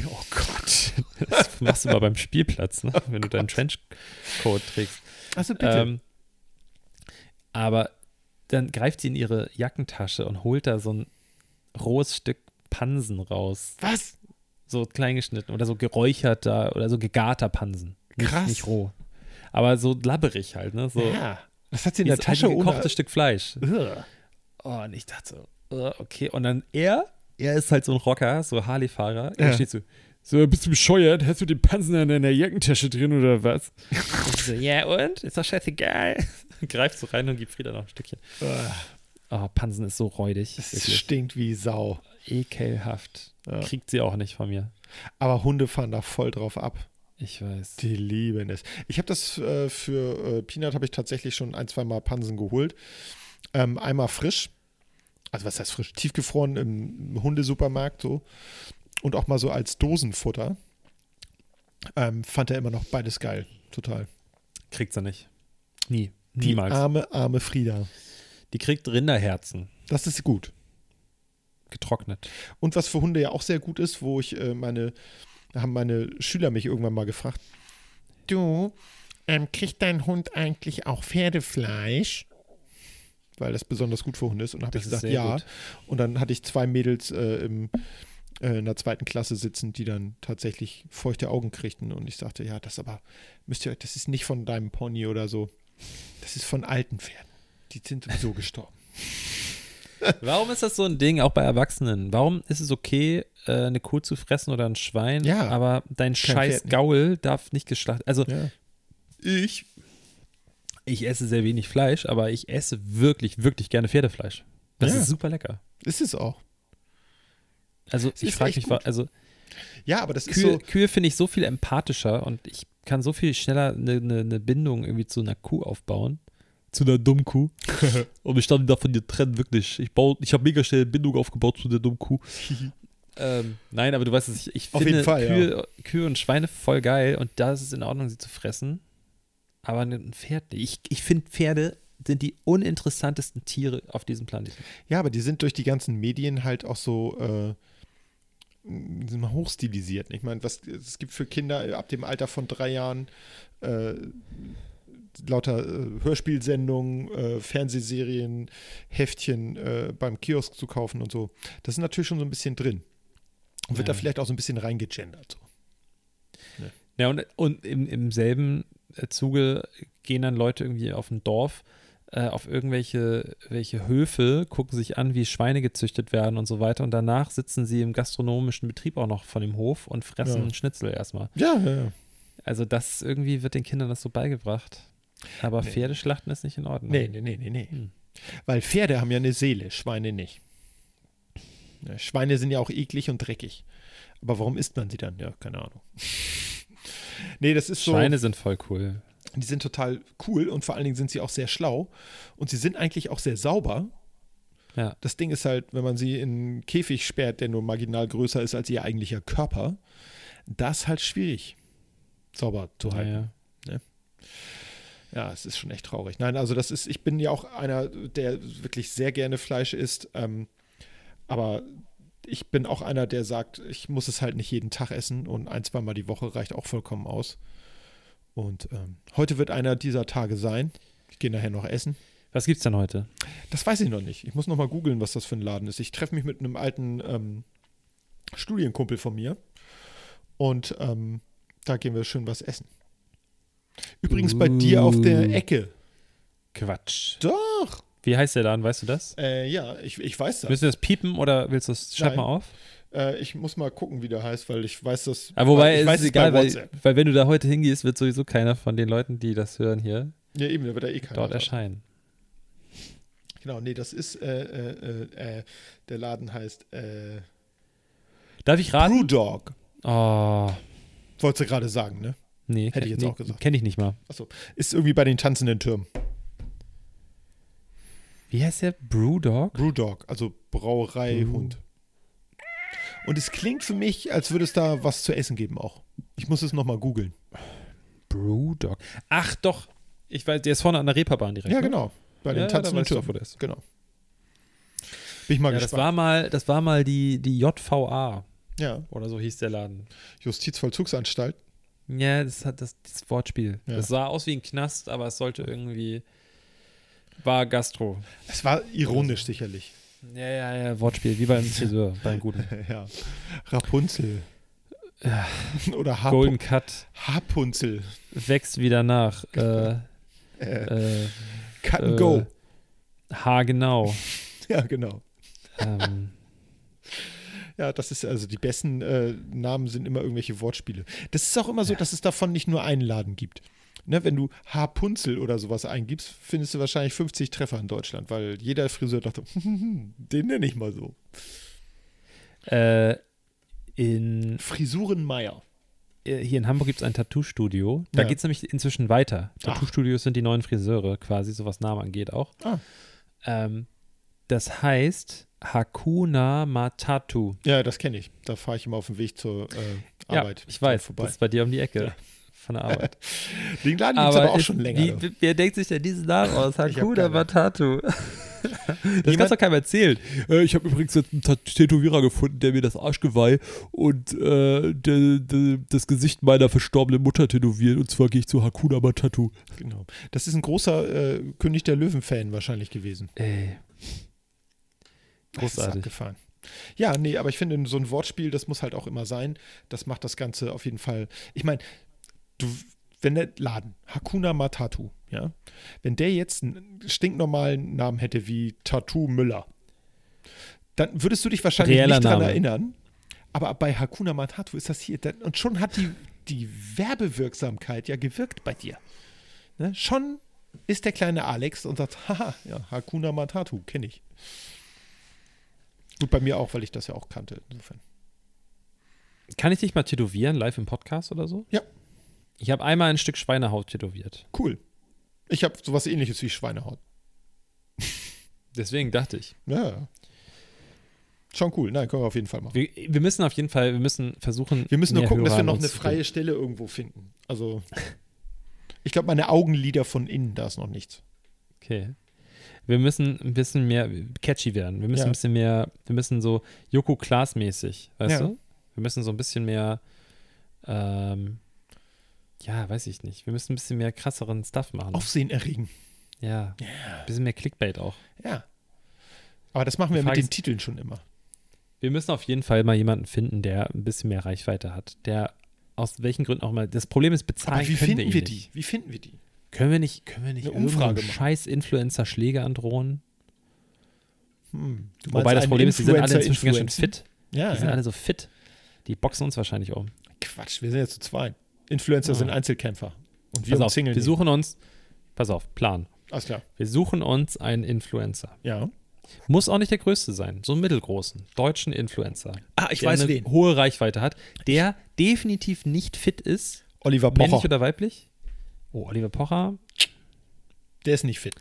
Oh Gott. Das machst du mal beim Spielplatz, ne? wenn du deinen Trenchcoat trägst.
Also
Ähm, aber dann greift sie in ihre Jackentasche und holt da so ein rohes Stück Pansen raus.
Was?
So kleingeschnitten oder so geräucherter oder so gegarter Pansen. Nicht,
Krass.
Nicht roh. Aber so labberig halt, ne? So
Ja. Das hat sie in
wie
der
so
Tasche
ein
ohne.
gekochtes Stück Fleisch.
Ugh.
Oh, und ich dachte so, äh, okay. Und dann er, er ist halt so ein Rocker, so Harley-Fahrer. Er
Ja.
steht so,
So, bist du bescheuert? Hast du den Pansen in deiner Jackentasche drin oder was?
so, ja und? Ist doch scheißegal. Greift so rein und gibt Frieda noch ein Stückchen.
Ah,
Oh, Pansen ist so räudig.
Das
Wirklich.
stinkt wie Sau.
ekelhaft.
Ja.
Kriegt sie auch nicht von mir.
Aber Hunde fahren da voll drauf ab.
Ich weiß.
Die lieben es. Ich habe das äh, für äh, Peanut habe ich tatsächlich schon ein, zwei Mal Pansen geholt. Ähm, einmal frisch. Also was heißt frisch? Tiefgefroren im Hundesupermarkt so. Und auch mal so als Dosenfutter. Ähm, fand er immer noch beides geil. Total.
Kriegt sie nicht. Nie.
Die
Niemals.
arme, arme Frieda.
Die kriegt Rinderherzen.
Das ist gut.
Getrocknet.
Und was für Hunde ja auch sehr gut ist, wo ich äh, meine, da haben meine Schüler mich irgendwann mal gefragt, du, ähm, kriegt dein Hund eigentlich auch Pferdefleisch? Weil das besonders gut für Hunde ist. Und habe ich
Das ist
gesagt,
sehr
ja.
gut.
Und dann hatte ich zwei Mädels äh, im, äh, in der zweiten Klasse sitzen, die dann tatsächlich feuchte Augen kriegten. Und ich sagte, ja, das aber müsst ihr euch, das ist nicht von deinem Pony oder so. Das ist von alten Pferden. Die sind sowieso gestorben.
Warum ist das so ein Ding auch bei Erwachsenen? Warum ist es okay, äh, eine Kuh zu fressen oder ein Schwein,
Ja.
aber dein scheiß
Pferd.
Gaul darf nicht geschlachtet Also
Ja.
ich, ich esse sehr wenig Fleisch, aber ich esse wirklich, wirklich gerne Pferdefleisch. Das
Ja.
ist super lecker.
Ist es auch.
Also ich
ist
frage
echt
mich, wa-
gut.
also
Ja, aber das ist
Kühe,
so.
Kühe finde ich so viel empathischer und ich kann so viel schneller eine ne, ne Bindung irgendwie zu einer Kuh aufbauen. Zu einer dummen Kuh. und ich stand davon getrennt, wirklich. Ich, baue- ich habe mega schnell Bindung aufgebaut zu der dummen Kuh. ähm, nein, aber du weißt es, ich, ich
Auf
finde
jeden Fall,
Kühe, Kühe und Schweine voll geil und da ist es in Ordnung, sie zu fressen. Aber ein Pferd, nicht. ich, ich finde Pferde sind die uninteressantesten Tiere auf diesem Planeten.
Ja, aber die sind durch die ganzen Medien halt auch so äh, m, sind mal hochstilisiert. Ich meine, was es gibt für Kinder ab dem Alter von drei Jahren äh, lauter äh, Hörspielsendungen, äh, Fernsehserien, Heftchen äh, beim Kiosk zu kaufen und so. Das ist natürlich schon so ein bisschen drin. Und wird
Ja.
da vielleicht auch so ein bisschen reingegendert. So.
Ja, und, und im, im selben äh, Zuge gehen dann Leute irgendwie auf ein Dorf, äh, auf irgendwelche welche Höfe, gucken sich an, wie Schweine gezüchtet werden und so weiter. Und danach sitzen sie im gastronomischen Betrieb auch noch von dem Hof und fressen
Ja.
einen Schnitzel erstmal.
Ja, ja, ja.
Also das irgendwie wird den Kindern das so beigebracht. Aber
Nee.
Pferdeschlachten ist nicht in Ordnung.
Nee, nee, nee, nee, nee.
Hm.
Weil Pferde haben ja eine Seele, Schweine nicht. Ja, Schweine sind ja auch eklig und dreckig. Aber warum isst man sie dann? Ja, keine Ahnung. nee, das ist so.
Schweine sind voll cool.
Die sind total cool und vor allen Dingen sind sie auch sehr schlau. Und sie sind eigentlich auch sehr sauber.
Ja.
Das Ding ist halt, wenn man sie in einen Käfig sperrt, der nur marginal größer ist als ihr eigentlicher Körper, das ist halt schwierig, sauber zu halten.
Naja.
Ja, es ist schon echt traurig. Nein, also das ist, ich bin ja auch einer, der wirklich sehr gerne Fleisch isst, ähm, aber ich bin auch einer, der sagt, ich muss es halt nicht jeden Tag essen und ein, zweimal die Woche reicht auch vollkommen aus. Und ähm, heute wird einer dieser Tage sein. Ich gehe nachher noch essen.
Was gibt's denn heute?
Das weiß ich noch nicht. Ich muss noch mal googeln, was das für ein Laden ist. Ich treffe mich mit einem alten ähm, Studienkumpel von mir und ähm, da gehen wir schön was essen. Übrigens bei dir auf der
Uh.
Ecke.
Quatsch.
Doch.
Wie heißt der Laden, weißt du das?
Äh, ja, ich, ich weiß das.
Müssen wir das piepen oder willst du es? Schreib
Nein.
mal auf.
Äh, ich muss mal gucken, wie der heißt, weil ich weiß das.
Aber wobei,
ich
es
weiß
ist
es bei
egal, weil,
WhatsApp.
weil wenn du da heute hingehst, wird sowieso keiner von den Leuten, die das hören hier,
Ja, eben, da wird er eh keiner.
dort
haben.
erscheinen.
Genau, nee, das ist, äh, äh, äh, äh, der Laden heißt äh,
Darf ich raten?
Brewdog.
Oh,
Wolltest du gerade sagen, ne?
Nee,
Hätte ich jetzt
nee,
auch gesagt.
Kenne ich nicht mal.
Ist irgendwie bei den tanzenden Türmen.
Wie heißt der? Brewdog?
Brewdog, also Brauereihund. Und es klingt für mich, als würde es da was zu essen geben auch. Ich muss es nochmal googeln.
Brewdog. Ach doch. Ich weiß, der ist vorne an der Reeperbahn direkt.
Ja,
ne?
genau. Bei
Ja,
den
ja, da
tanzenden
weiß ich doch, wo
Türmen.
der ist.
Genau. Bin ich mal
Ja, das
gespannt.
war mal, das war mal die, die JVA
ja,
oder so hieß der Laden.
Justizvollzugsanstalt.
Ja, das hat das, das Wortspiel.
Ja.
Das sah aus wie ein Knast, aber es sollte irgendwie war Gastro.
Es war ironisch sicherlich.
Ja, ja, ja, Wortspiel, wie beim Friseur, beim guten.
Ja. Rapunzel. Oder Harp
Golden Cut
Harpunzel.
wächst wieder nach. Äh,
Äh,
äh,
Cut
äh,
and Go.
Ha, genau.
Ja, genau.
ähm,
Ja, das ist also die besten äh, Namen sind immer irgendwelche Wortspiele. Das ist auch immer so, dass es davon nicht nur einen Laden gibt. Ne, wenn du Haarpunzel oder sowas eingibst, findest du wahrscheinlich 50 Treffer in Deutschland, weil jeder Friseur dachte, den nenne ich mal so.
äh, in,
Frisurenmeier.
äh, hier in Hamburg gibt es ein Tattoo-Studio. Da
Ja.
geht es nämlich inzwischen weiter.
Ach.
Tattoo-Studios sind die neuen Friseure, quasi, so was Namen angeht auch.
Ah.
Ähm, das heißt Hakuna Matatu.
Ja, das kenne ich. Da fahre ich immer auf dem Weg zur äh, Arbeit.
ja, ich weiß,
Vorbei.
das ist bei dir um die Ecke von der Arbeit.
Den Laden gibt es aber auch
ist-
schon länger.
Wie,
ne?
wie- wer denkt sich denn diesen Namen aus?
Ich hab
Hakuna
keine.
Matatu. Das
Jemand-
kannst doch keinem erzählen.
Äh, ich habe übrigens jetzt einen Tat- Tätowierer gefunden, der mir das Arschgeweih und äh, der- der- das Gesicht meiner verstorbenen Mutter tätowiert. Und zwar gehe ich zu Hakuna Matatu.
Genau. Das ist ein großer äh, König der Löwen-Fan wahrscheinlich gewesen.
Ey.
Das ist
Großartig.
abgefahren. Ja, nee, aber ich finde, so ein Wortspiel, das muss halt auch immer sein. Das macht das Ganze auf jeden Fall. Ich meine, du, wenn der Laden, Hakuna Matatu, ja, wenn der jetzt einen stinknormalen Namen hätte wie Tattoo Müller, dann würdest du dich wahrscheinlich
Reeller
nicht daran
Name.
erinnern. Aber bei Hakuna Matatu ist das hier. Dann, und schon hat die, die Werbewirksamkeit ja gewirkt bei dir. Ne? Schon ist der kleine Alex und sagt, haha, ja, Hakuna Matatu, kenne ich. Gut, bei mir auch, weil ich das ja auch kannte. Insofern.
Kann ich dich mal tätowieren, live im Podcast oder so?
Ja.
Ich habe einmal ein Stück Schweinehaut tätowiert.
Cool. Ich habe sowas ähnliches wie Schweinehaut.
Deswegen dachte ich.
Ja, Ja. Schon cool. Nein, können wir auf jeden Fall machen.
Wir, wir müssen auf jeden Fall, wir müssen versuchen.
Wir müssen nur
mehr
gucken, dass
Hörer
wir
an
noch
uns
eine
zu
freie Stelle irgendwo finden. Also, ich glaube, meine Augenlider von innen, da ist noch nichts.
Okay. Wir müssen ein bisschen mehr catchy werden. Wir müssen
Ja.
ein bisschen mehr, wir müssen so Joko Klaas-mäßig, weißt
Ja.
du? Wir müssen so ein bisschen mehr, ähm, ja, weiß ich nicht. Wir müssen ein bisschen mehr krasseren Stuff machen.
Aufsehen erregen.
Ja. Ein bisschen mehr Clickbait auch.
Ja. Aber das machen wir
Die
mit
Frage
den
ist-
Titeln schon immer.
Wir müssen auf jeden Fall mal jemanden finden, der ein bisschen mehr Reichweite hat. Der aus welchen Gründen auch immer. Das Problem ist, bezahlen
Aber wie
können
finden
ihn
wir
nicht.
die? Wie finden wir die?
Können wir nicht, können wir nicht
Eine Umfrage
irgendeinem
machen.
scheiß Influencer Schläge androhen?
Hm. Du meinst
Wobei das
einen
Problem ist, die sind alle
Influencer
inzwischen ganz schön
influenzen?
fit.
Ja,
Die sind
ja.
alle so fit. Die boxen uns wahrscheinlich um.
Quatsch, wir sind ja zu zweit. Influencer
Ah.
sind Einzelkämpfer. Und wir
Pass auf,
umzingeln.
wir
die.
suchen uns, pass auf, Plan.
Alles klar.
Wir suchen uns einen Influencer.
Ja.
Muss auch nicht der größte sein, so einen mittelgroßen, deutschen Influencer.
Ah,
der eine hohe Reichweite hat, der definitiv nicht fit ist,
Oliver
männlich
Pocher.
oder weiblich. Oh, Oliver Pocher.
Der ist nicht fit.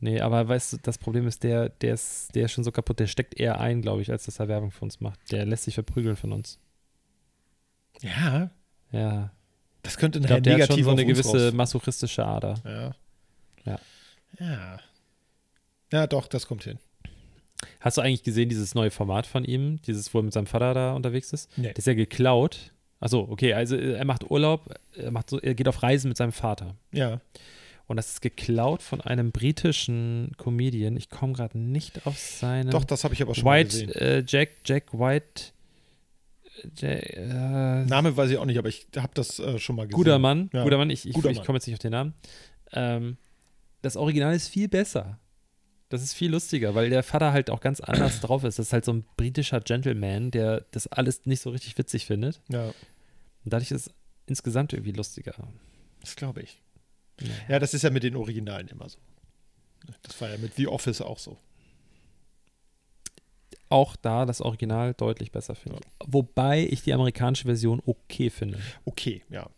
Nee, aber weißt du, das Problem ist, der, der ist, der ist schon so kaputt, der steckt eher ein, glaube ich, als dass er Werbung für uns macht. Der lässt sich verprügeln von uns.
Ja.
Ja.
Das könnte
Ich
nachher
glaube, der hat
negativ
schon so
auf
eine
uns
gewisse
raus.
masochistische Ader.
Ja.
Ja.
Ja. Ja, doch, das kommt hin.
Hast du eigentlich gesehen, dieses neue Format von ihm, dieses, wo er mit seinem Vater da unterwegs ist?
Nee.
Das ist ja geklaut. Achso, okay, also äh, er macht Urlaub, er, macht so, er geht auf Reisen mit seinem Vater.
Ja.
Und das ist geklaut von einem britischen Comedian. Ich komme gerade nicht auf seinen.
Doch, das habe ich aber schon mal gesehen.
White, äh, Jack, Jack White. äh, Jack, äh,
Name weiß ich auch nicht, aber ich habe das äh, schon mal gesehen.
guter Mann,
Ja,
guter Mann, ich, ich,
guter
ich
Mann.
komme jetzt nicht auf den Namen. Ähm, das Original ist viel besser. Das ist viel lustiger, weil der Vater halt auch ganz anders drauf ist. Das ist halt so ein britischer Gentleman, der das alles nicht so richtig witzig findet.
Ja,
Und dadurch ist es insgesamt irgendwie lustiger.
das glaube ich. Ja, das ist ja mit den Originalen immer so. Das war ja mit The Office auch so.
Auch da das Original deutlich besser finde. ich. Wobei ich die amerikanische Version okay finde.
Okay, ja.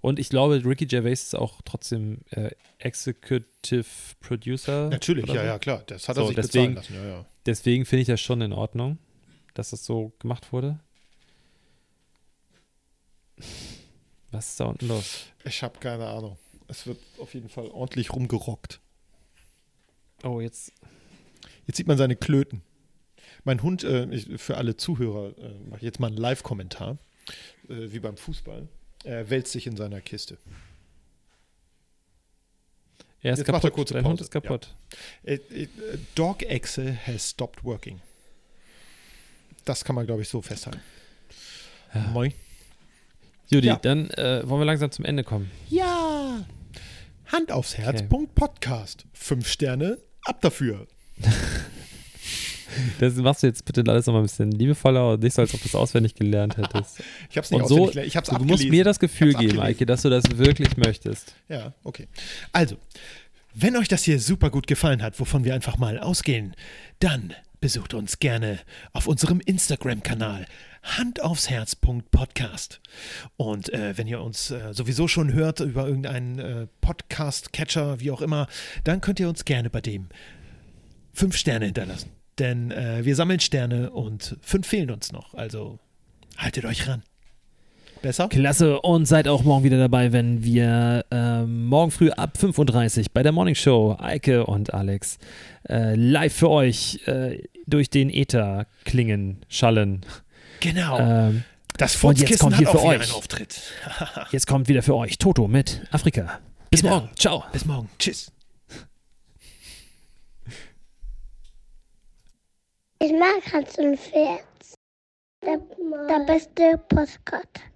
Und ich glaube, Ricky Gervais ist auch trotzdem äh, Executive Producer.
Natürlich,
oder
ja,
so.
ja, klar. Das hat
So,
er sich
deswegen-
bezahlen lassen. Ja, ja.
Deswegen finde ich das schon in Ordnung, dass das so gemacht wurde. Was ist da unten los?
Ich habe keine Ahnung. Es wird auf jeden Fall ordentlich rumgerockt.
Oh, jetzt.
Jetzt sieht man seine Klöten. Mein Hund, äh, ich, für alle Zuhörer, äh, mache ich jetzt mal einen Live-Kommentar, äh, wie beim Fußball. Er wälzt sich in seiner Kiste.
Er ist
Jetzt
kaputt.
macht er kurze
Dein Hund
Pause.
ist kaputt.
Äh, äh, Dog Axel has stopped working. Das kann man, glaube ich, so festhalten. Moin.
Judy,
Ja.
dann äh, wollen wir langsam zum Ende kommen.
Ja. Hand aufs Herz.
Okay.
Punkt Podcast. Fünf Sterne. Ab dafür.
Das machst du jetzt bitte alles nochmal ein bisschen liebevoller und nicht so, als ob du es auswendig gelernt hättest.
Ich habe es nicht
und so,
auswendig gelernt. Ich habe es
du musst mir das Gefühl
Ich hab's
geben,
abgelesen.
Eike, dass du das wirklich möchtest.
Ja, okay. Also, wenn euch das hier super gut gefallen hat, wovon wir einfach mal ausgehen, dann besucht uns gerne auf unserem Instagram-Kanal handaufsherz.podcast. Und äh, wenn ihr uns äh, sowieso schon hört über irgendeinen äh, Podcast-Catcher, wie auch immer, dann könnt ihr uns gerne bei dem fünf Sterne hinterlassen. Denn äh, wir sammeln Sterne und fünf fehlen uns noch. Also haltet euch ran. Besser?
Klasse und seid auch morgen wieder dabei, wenn wir ähm, morgen früh ab 5.30 Uhr bei der Morning Show Eike und Alex äh, live für euch äh, durch den Äther klingen, schallen.
Genau.
Ähm,
das
und jetzt kommt
Furzkissen hat
hier
auch
für
wieder
euch.
einen Auftritt.
jetzt kommt wieder für euch Toto mit Afrika. Bis
Genau.
morgen. Ciao.
Bis morgen. Tschüss.
Ich mag Hans und Pferd. Der, der beste Postkarte.